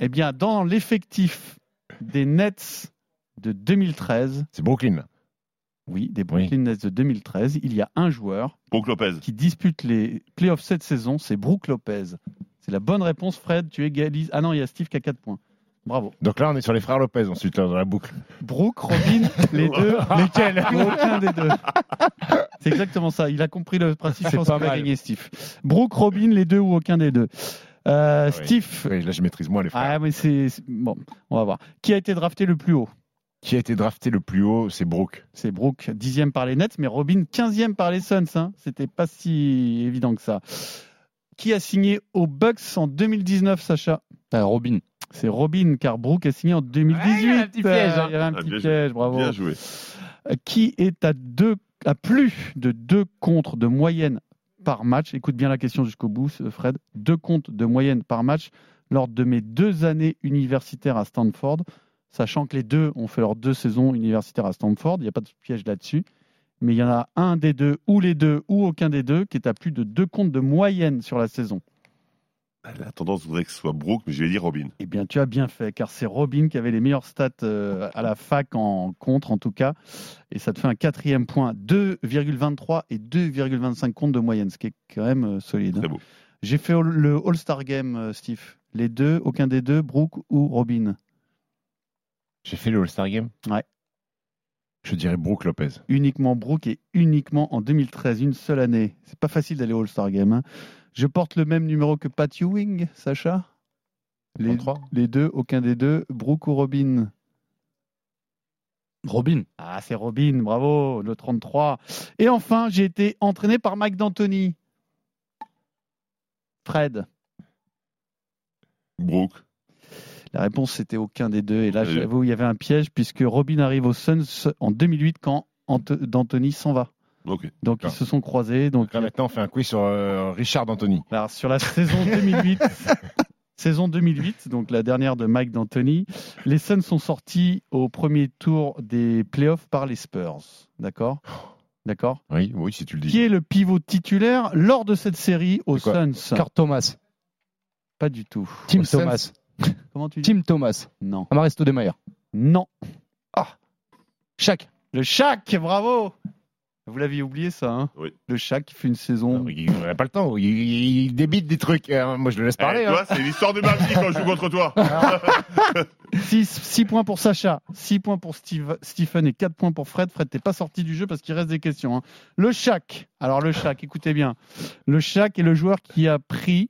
E: eh bien, dans l'effectif des Nets de 2013,
H: C'est Brooklyn. là.
E: Oui, des Brooklyn Nets de 2013. Il y a un joueur
G: Brook Lopez.
E: qui dispute les playoffs cette saison, c'est Brook Lopez. C'est la bonne réponse, Fred. Tu égalises. Ah non, il y a Steve qui a 4 points. Bravo.
H: Donc là, on est sur les frères Lopez ensuite, là, dans la boucle.
E: Brook, Robin, les deux.
H: Lesquels
E: Aucun des deux. C'est exactement ça. Il a compris le principe.
A: C'est
E: Je pense
A: pas
E: qu'il a
A: mal.
E: gagné, Steve. Brook, Robin, les deux ou aucun des deux. Euh,
H: oui.
E: Steve.
H: Oui, Là, je maîtrise moins les frères.
E: Ah, mais c'est. c'est- Bon, on va voir. Qui a été drafté le plus haut
H: Qui a été drafté le plus haut C'est Brooke.
E: C'est Brooke, dixième par les Nets, mais Robin, quinzième par les Suns. Hein. C'était pas si évident que ça. Qui a signé aux Bucks en 2019, Sacha
A: Ah, Robin.
E: C'est Robin, car Brooke a signé en 2018.
A: Ouais, il y avait un petit piège, hein.
E: Euh, il y avait un
G: Ah,
E: petit
G: bien joué.
E: piège, bravo.
G: Bien joué.
E: Euh, Qui est à, deux, à plus de deux contre de moyenne par match Écoute bien la question jusqu'au bout, euh, Fred. Deux comptes de moyenne par match lors de mes deux années universitaires à Stanford, sachant que les deux ont fait leurs deux saisons universitaires à Stanford, il n'y a pas de piège là-dessus. Mais il y en a un des deux, ou les deux, ou aucun des deux, qui est à plus de deux comptes de moyenne sur la saison.
G: La tendance voudrait que ce soit Brooke, mais je vais dire Robin.
E: Eh bien, tu as bien fait, car c'est Robin qui avait les meilleures stats euh, à la fac en contre, en tout cas. Et ça te fait un quatrième point, 2,23 et 2,25 comptes de moyenne, ce qui est quand même euh, solide.
G: Très beau.
E: J'ai fait all- le All-Star Game, euh, Steve. Les deux, aucun des deux, Brooke ou Robin.
H: J'ai fait le All-Star Game
E: Ouais.
H: Je dirais Brooke Lopez.
E: Uniquement Brooke et uniquement en 2013, une seule année. C'est pas facile d'aller au All-Star Game. hein. Je porte le même numéro que Pat Ewing, Sacha. Les,
A: 33.
E: les deux, aucun des deux, Brooke ou Robin.
A: Robin.
E: Ah, c'est Robin, bravo, le 33. Et enfin, j'ai été entraîné par Mike D'Antoni. Fred.
G: Brooke.
E: La réponse, c'était aucun des deux. Et là,
G: Oui.
E: j'avoue, il y avait un piège, puisque Robin arrive aux Suns en 2008 quand Ant- D'Antoni s'en va.
G: Ok. Eh,
E: Donc, ils
H: D'accord.
E: se sont croisés. Donc,
H: Donc là, maintenant, on fait un quiz sur euh, Richard Anthony.
E: Alors, sur la saison 2008, saison 2008, donc la dernière de Mike D'Antoni, les Suns sont sortis au premier tour des playoffs par les Spurs. D'accord D'accord
H: Oui, oui, si tu le dis.
E: Qui est le pivot titulaire lors de cette série aux
H: C'est quoi
E: Suns
A: Carl Thomas.
E: Pas du tout.
A: Tim
H: Au Suns.
A: Thomas.
E: Comment tu dis
A: Tim Thomas.
E: Non.
A: Amaresto Demeyer.
E: Non. Ah.
A: Shaq.
E: Le Shaq, bravo Vous l'aviez oublié ça, hein
G: Oui.
E: Le Shaq qui fait une saison.
H: Non, Il n'a pas le temps. Il, il- il débite des trucs. Euh, moi, je le laisse parler.
G: Eh,
H: hein.
G: toi, c'est l'histoire de ma vie quand je joue contre toi.
E: 6 points pour Sacha, 6 points pour Steve- Stephen et 4 points pour Fred. Fred, t'es pas sorti du jeu parce qu'il reste des questions. hein. Le Shaq, alors le Shaq, écoutez bien. Le Shaq est le joueur qui a pris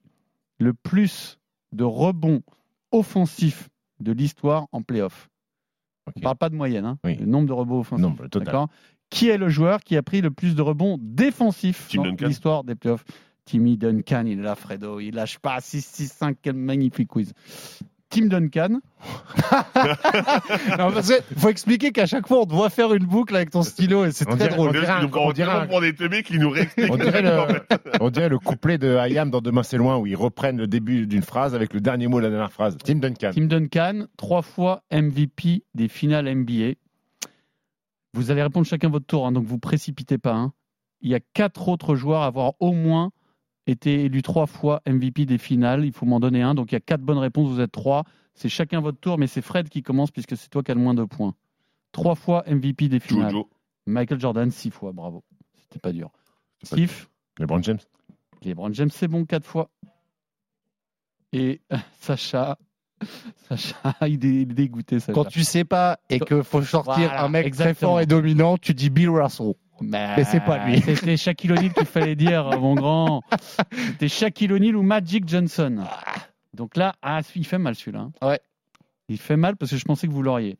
E: le plus de rebonds offensifs de l'histoire en playoff. On ne parle pas de moyenne, hein. le nombre de rebonds offensifs.
H: Nombre total.
E: D'accord Qui est le joueur qui a pris le plus de rebonds défensifs
H: Tim
E: dans
H: Duncan.
E: l'histoire des playoffs Timmy Duncan, il est là, Fredo, il lâche pas. 6-6-5, quel magnifique quiz. Tim Duncan.
A: Non, parce que faut expliquer qu'à chaque fois, on te voit faire une boucle avec ton stylo et c'est très drôle.
G: On dirait, on dirait, on des teubés qui nous réexpliquent.
H: On dirait, le, on dirait le couplet de Hayam dans Demain c'est loin où ils reprennent le début d'une phrase avec le dernier mot de la dernière phrase. Tim Duncan.
E: Tim Duncan, trois fois MVP des finales NBA. Vous allez répondre chacun votre tour, hein, donc vous précipitez pas. hein. Il y a quatre autres joueurs à avoir au moins été élus trois fois MVP des finales. Il faut m'en donner un. Donc il y a quatre bonnes réponses, vous êtes trois. C'est chacun votre tour, mais c'est Fred qui commence puisque c'est toi qui as le moins de points. Trois fois MVP des finales. Michael Jordan, six fois, bravo. C'était pas dur. Steve
H: LeBron James.
E: LeBron James, c'est bon, quatre fois. Et Sacha, Sacha, il est, il est dégoûté. Sacha.
A: Quand tu sais pas et que faut sortir
E: Voilà,
A: un mec très
E: exactement.
A: fort et dominant, tu dis Bill Russell.
E: Bah,
A: Mais c'est pas lui.
E: C'était Shaquille O'Neal qu'il fallait dire, hein, mon grand. C'était Shaquille O'Neal ou Magic Johnson. Donc là, ah, il fait mal celui-là. hein. Il fait mal parce que je pensais que vous l'auriez.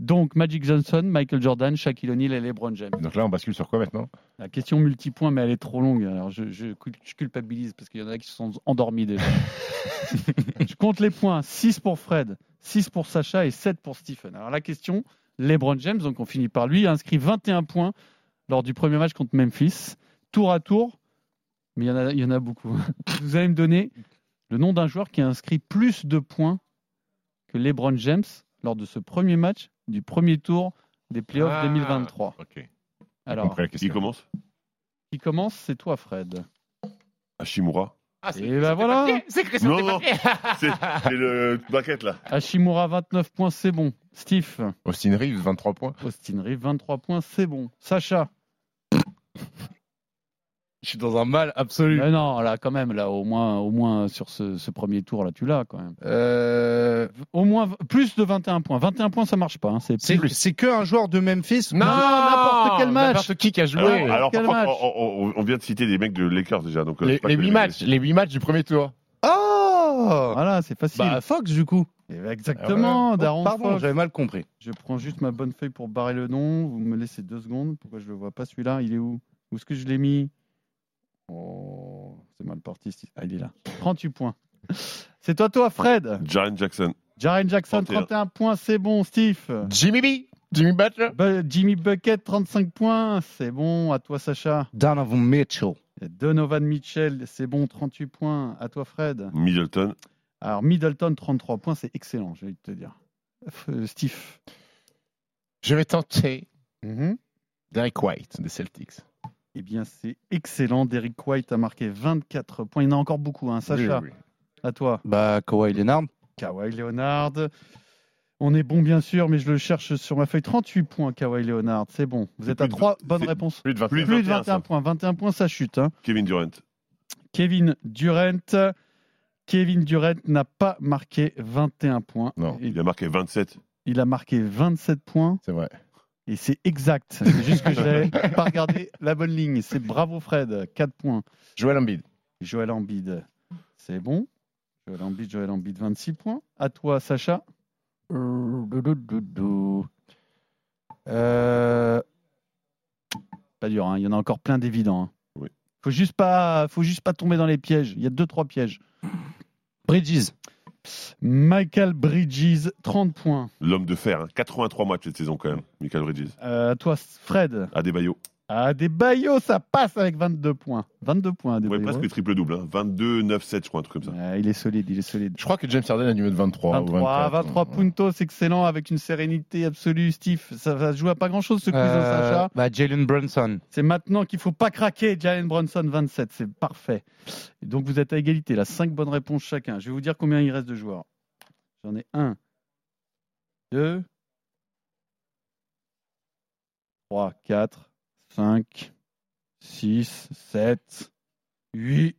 E: Donc Magic Johnson, Michael Jordan, Shaquille O'Neal et LeBron James.
H: Donc là, on bascule sur quoi maintenant
E: La question multipoint, mais elle est trop longue. Alors je, je cul- je culpabilise parce qu'il y en a qui se sont endormis déjà. je compte les points 6 pour Fred, 6 pour Sacha et 7 pour Stephen. Alors la question LeBron James, donc on finit par lui, a inscrit 21 points lors du premier match contre Memphis, tour à tour, mais il y en a, il y en a beaucoup. Vous allez me donner le nom d'un joueur qui a inscrit plus de points que LeBron James lors de ce premier match du premier tour des playoffs 2023. Alors,
G: Après, qui commence
E: qui commence, c'est toi, Fred.
G: Hashimura.
F: Ah,
E: Et ben voilà,
G: Non, non, c'est c'est le bucket là.
E: Hashimura 29 points, c'est bon. Steve,
H: Austin Reeves, 23 points.
E: Austin Reeves 23 points, c'est bon. Sacha,
A: Je suis dans un mal absolu.
E: mais non, là quand même, là au moins, au moins sur ce, ce premier tour là, tu l'as quand même.
A: Euh,
E: Au moins v- plus de 21 points. 21 points, ça marche pas. hein, C'est
A: C'est
E: plus.
A: c'est que un joueur de Memphis
E: Non, n'importe quel match.
F: N'importe qui qui a joué.
G: Alors,
E: Ouais,
G: alors, oh, par
E: Eh, quel
G: contre,
E: match
G: on, on- on vient de citer des mecs de Lakers déjà. Donc, euh,
F: les,
G: c'est pas
F: les
G: que
F: huit matchs, les huit matchs du premier tour.
A: Oh
E: Voilà, c'est facile. Eh ben,
A: Bah Fox du coup.
E: Exactement,
A: Oh,
E: Daron
A: pardon,
E: Fox.
A: j'avais mal compris.
E: Je prends juste ma bonne feuille pour barrer le nom. Vous me laissez deux secondes. Pourquoi je le vois pas celui-là Il est où Où est-ce que je l'ai mis Oh, c'est mal parti. ce- Ah, il est là. 38 points. C'est toi, toi, Fred.
G: Jaren Jackson.
E: Jaren Jackson,
G: 31.
E: 31 points, c'est bon, Steve.
F: Jimmy B, Jimmy Butler.
E: Bu- Jimmy Bucket, 35 points, c'est bon, à toi, Sacha.
A: Donovan Mitchell.
E: Donovan Mitchell, c'est bon, 38 points, à toi, Fred.
G: Middleton.
E: Alors, Middleton, 33 points, c'est excellent, je vais te dire. Euh, Steve.
F: Je vais tenter Derek White des Celtics.
E: Eh bien, c'est excellent. Derrick White a marqué 24 points. Il y en a encore beaucoup, hein, Sacha.
H: Oui, oui.
E: À toi.
A: Bah Kawhi Leonard.
E: Kawhi Leonard. On est bon, bien sûr, mais je le cherche sur ma feuille. 38 points, Kawhi Leonard. C'est bon. Vous êtes à
G: plus de
E: 3
G: vingt-
E: bonnes
G: c'est
E: réponses.
H: Plus de 20
G: Plus de
E: Plus de
G: 21,
E: 21
G: ça.
E: points. 21 points, ça chute. hein.
G: Kevin Durant.
E: Kevin Durant. Kevin Durant n'a pas marqué 21 points.
H: Non,
E: Et
G: Il a marqué 27.
E: il a marqué 27 points
H: C'est vrai.
E: et c'est exact. C'est juste que je n'avais pas regardé la bonne ligne. C'est bravo Fred, 4 points.
F: Joel Embiid.
E: Joël Embiid, c'est bon. Joël Embiid, Joël Embiid, 26 points. À toi, Sacha.
A: Euh,
E: Pas dur, hein, il y en a encore plein d'évidents. hein.
G: Oui.
E: Faut juste pas, faut juste pas tomber dans les pièges. Il y a deux trois pièges.
A: Bridges.
E: Michael Bridges, 30 points.
G: L'homme de fer. hein. 83 matchs cette saison quand même. Michael Bridges.
E: Euh, à toi, Fred.
G: Adebayo.
E: À des baillots, ça passe avec 22 points. 22 points,
G: Ouais,
E: Adebayo.
G: presque triple-double. hein. 22, 9, 7, je crois, un truc comme ça.
E: Ouais, il est solide, il est solide.
F: Je crois que James Harden a numéro 23 ou
E: 23,
F: 24.
E: 23 puntos, excellent, avec une sérénité absolue, Steve. Ça va se jouer à pas grand-chose ce quiz, hein,
G: Euh,
E: Sacha.
A: bah Jalen Brunson.
E: C'est maintenant qu'il faut pas craquer, Jalen Bronson, 27, c'est parfait. Et donc vous êtes à égalité, là, 5 bonnes réponses chacun. Je vais vous dire combien il reste de joueurs. J'en ai 1, 2, 3, 4, 5, 6, 7, 8,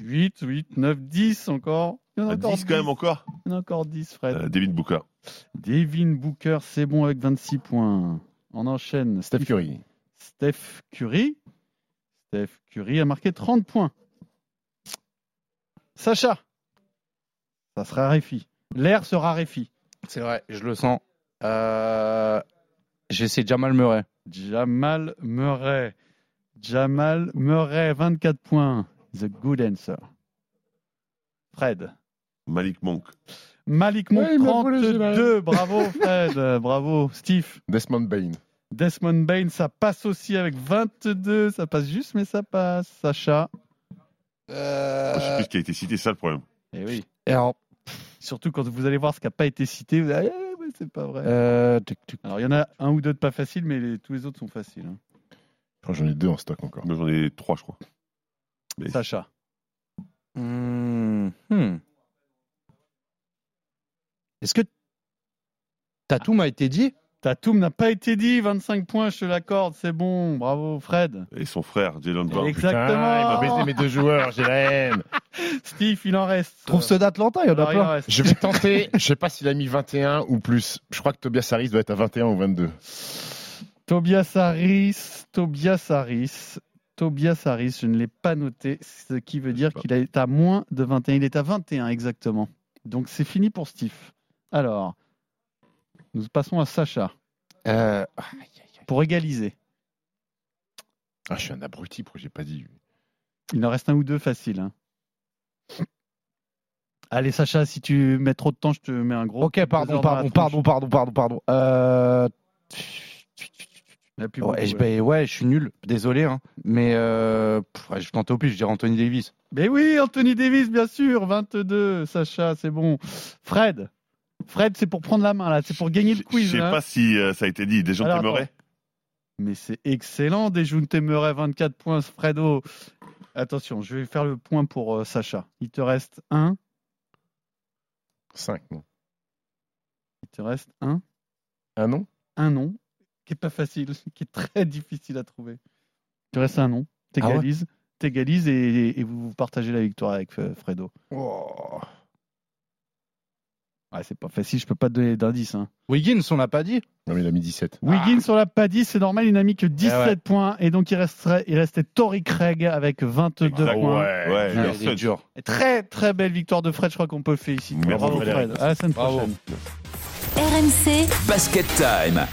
E: 8, 8, 9, 10 encore. Il y en a
G: Ah,
E: encore
G: 10 quand
E: 10,
G: même encore.
E: il y en a encore 10, Fred.
G: Euh, David Booker.
E: Devin Booker, c'est bon avec 26 points. On enchaîne.
F: Steph Curry.
E: Steph Curry. Steph Curry a marqué 30 points. Sacha. Ça se raréfie. L'air se raréfie.
A: C'est vrai, je le sens. Euh, J'ai essayé Jamal Murray.
E: Jamal Murray. Jamal Murray, 24 points. The good answer. Fred.
G: Malik Monk.
E: Malik Monk,
H: Ouais, il m'a volé,
E: 32.
H: Jamal.
E: Bravo, Fred. Euh, Bravo, Steve.
H: Desmond Bain.
E: Desmond Bain, ça passe aussi avec 22. Ça passe juste, mais ça passe. Sacha.
G: Je sais plus ce qui a été cité, c'est ça le problème.
E: Eh oui.
A: Et alors,
E: Surtout quand vous allez voir ce qui n'a pas été cité, vous allez, Ah, ouais, c'est pas vrai.
A: euh, tic, tic.
E: Alors, il y en a un ou deux de pas faciles, mais les- tous les autres sont faciles. hein.
H: Enfin, J'en ai deux en stock encore.
G: Moi, j'en ai trois, je crois. Et-
E: Sacha.
A: Hmm, hmm. Est-ce que Tatoum a été dit
E: Tatum n'a pas été dit. 25 points, je te l'accorde. C'est bon. Bravo, Fred.
G: Et son frère, Jalen Brown.
E: Exact. Exactement.
H: Oh, Putain, il m'a baisé mes deux joueurs, j'ai la haine.
E: Steve, il en reste.
A: Trouve ceux d'Atlanta, il y en a
E: Euh, Alors, il en
A: plein.
E: reste.
H: Je vais tenter, je sais pas s'il a mis 21 ou plus. Je crois que Tobias Harris doit être à 21 ou 22.
E: Tobias Harris, Tobias Harris, Tobias Harris, je ne l'ai pas noté, ce qui veut dire qu'il est à moins de 21. Il est à 21 exactement. Donc c'est fini pour Steve. Alors, nous passons à Sacha
A: Euh,
E: pour égaliser.
H: Ah, je suis un abruti, pourquoi j'ai pas dit
E: Il en reste un ou deux faciles. hein. Allez Sacha, si tu mets trop de temps, je te mets un gros.
A: ok, pardon,
E: buzzer dans la
A: pardon,
E: tronche.
A: pardon, pardon, pardon, pardon. Euh,
E: Il y en a plus
A: ouais,
E: beaucoup,
A: je,
E: ouais.
A: ben, ouais, je suis nul, désolé. hein. Mais euh, pff, ouais, je tente au pif, je dirais Anthony Davis.
E: Mais oui, Anthony Davis, bien sûr, 22, Sacha, c'est bon. Fred, Fred, c'est pour prendre la main, là, c'est pour gagner le
G: Je
E: quiz. hein.
G: sais
E: là.
G: pas si euh, ça a été dit. Des gens
E: Alors,
G: t'aimeraient.
E: Mais c'est excellent, Dejoun Temeray, 24 points, Fredo. Attention, je vais faire le point pour euh, Sacha. Il te reste un.
H: 5. Non.
E: Il te reste un.
H: Ah non
E: Un nom qui est pas facile, qui est très difficile à trouver. Il te reste un nom. T'égalises.
A: Ah
E: T'égalises et, et- et vous vous partagez la victoire avec euh, Fredo.
H: Oh.
E: Ouais, c'est pas facile, je peux pas te donner d'indice. hein.
A: Wiggins, on l'a pas dit
H: Non, mais il a mis 17.
E: Wiggins, on l'a pas dit, c'est normal, il n'a mis que 17
A: Ah. Eh ouais.
E: points. Et donc, il, resterait, il restait Tory Craig avec 22
A: Ah
G: Exact.
E: points.
G: Ouais, le
A: c'est
G: seul.
A: dur.
E: Et Très, très belle victoire de Fred, je crois qu'on peut le féliciter.
G: Merci,
E: Bravo,
G: Frédéric.
E: Fred. À la semaine
A: Bravo.
E: prochaine.
D: RMC,
L: Basket Time.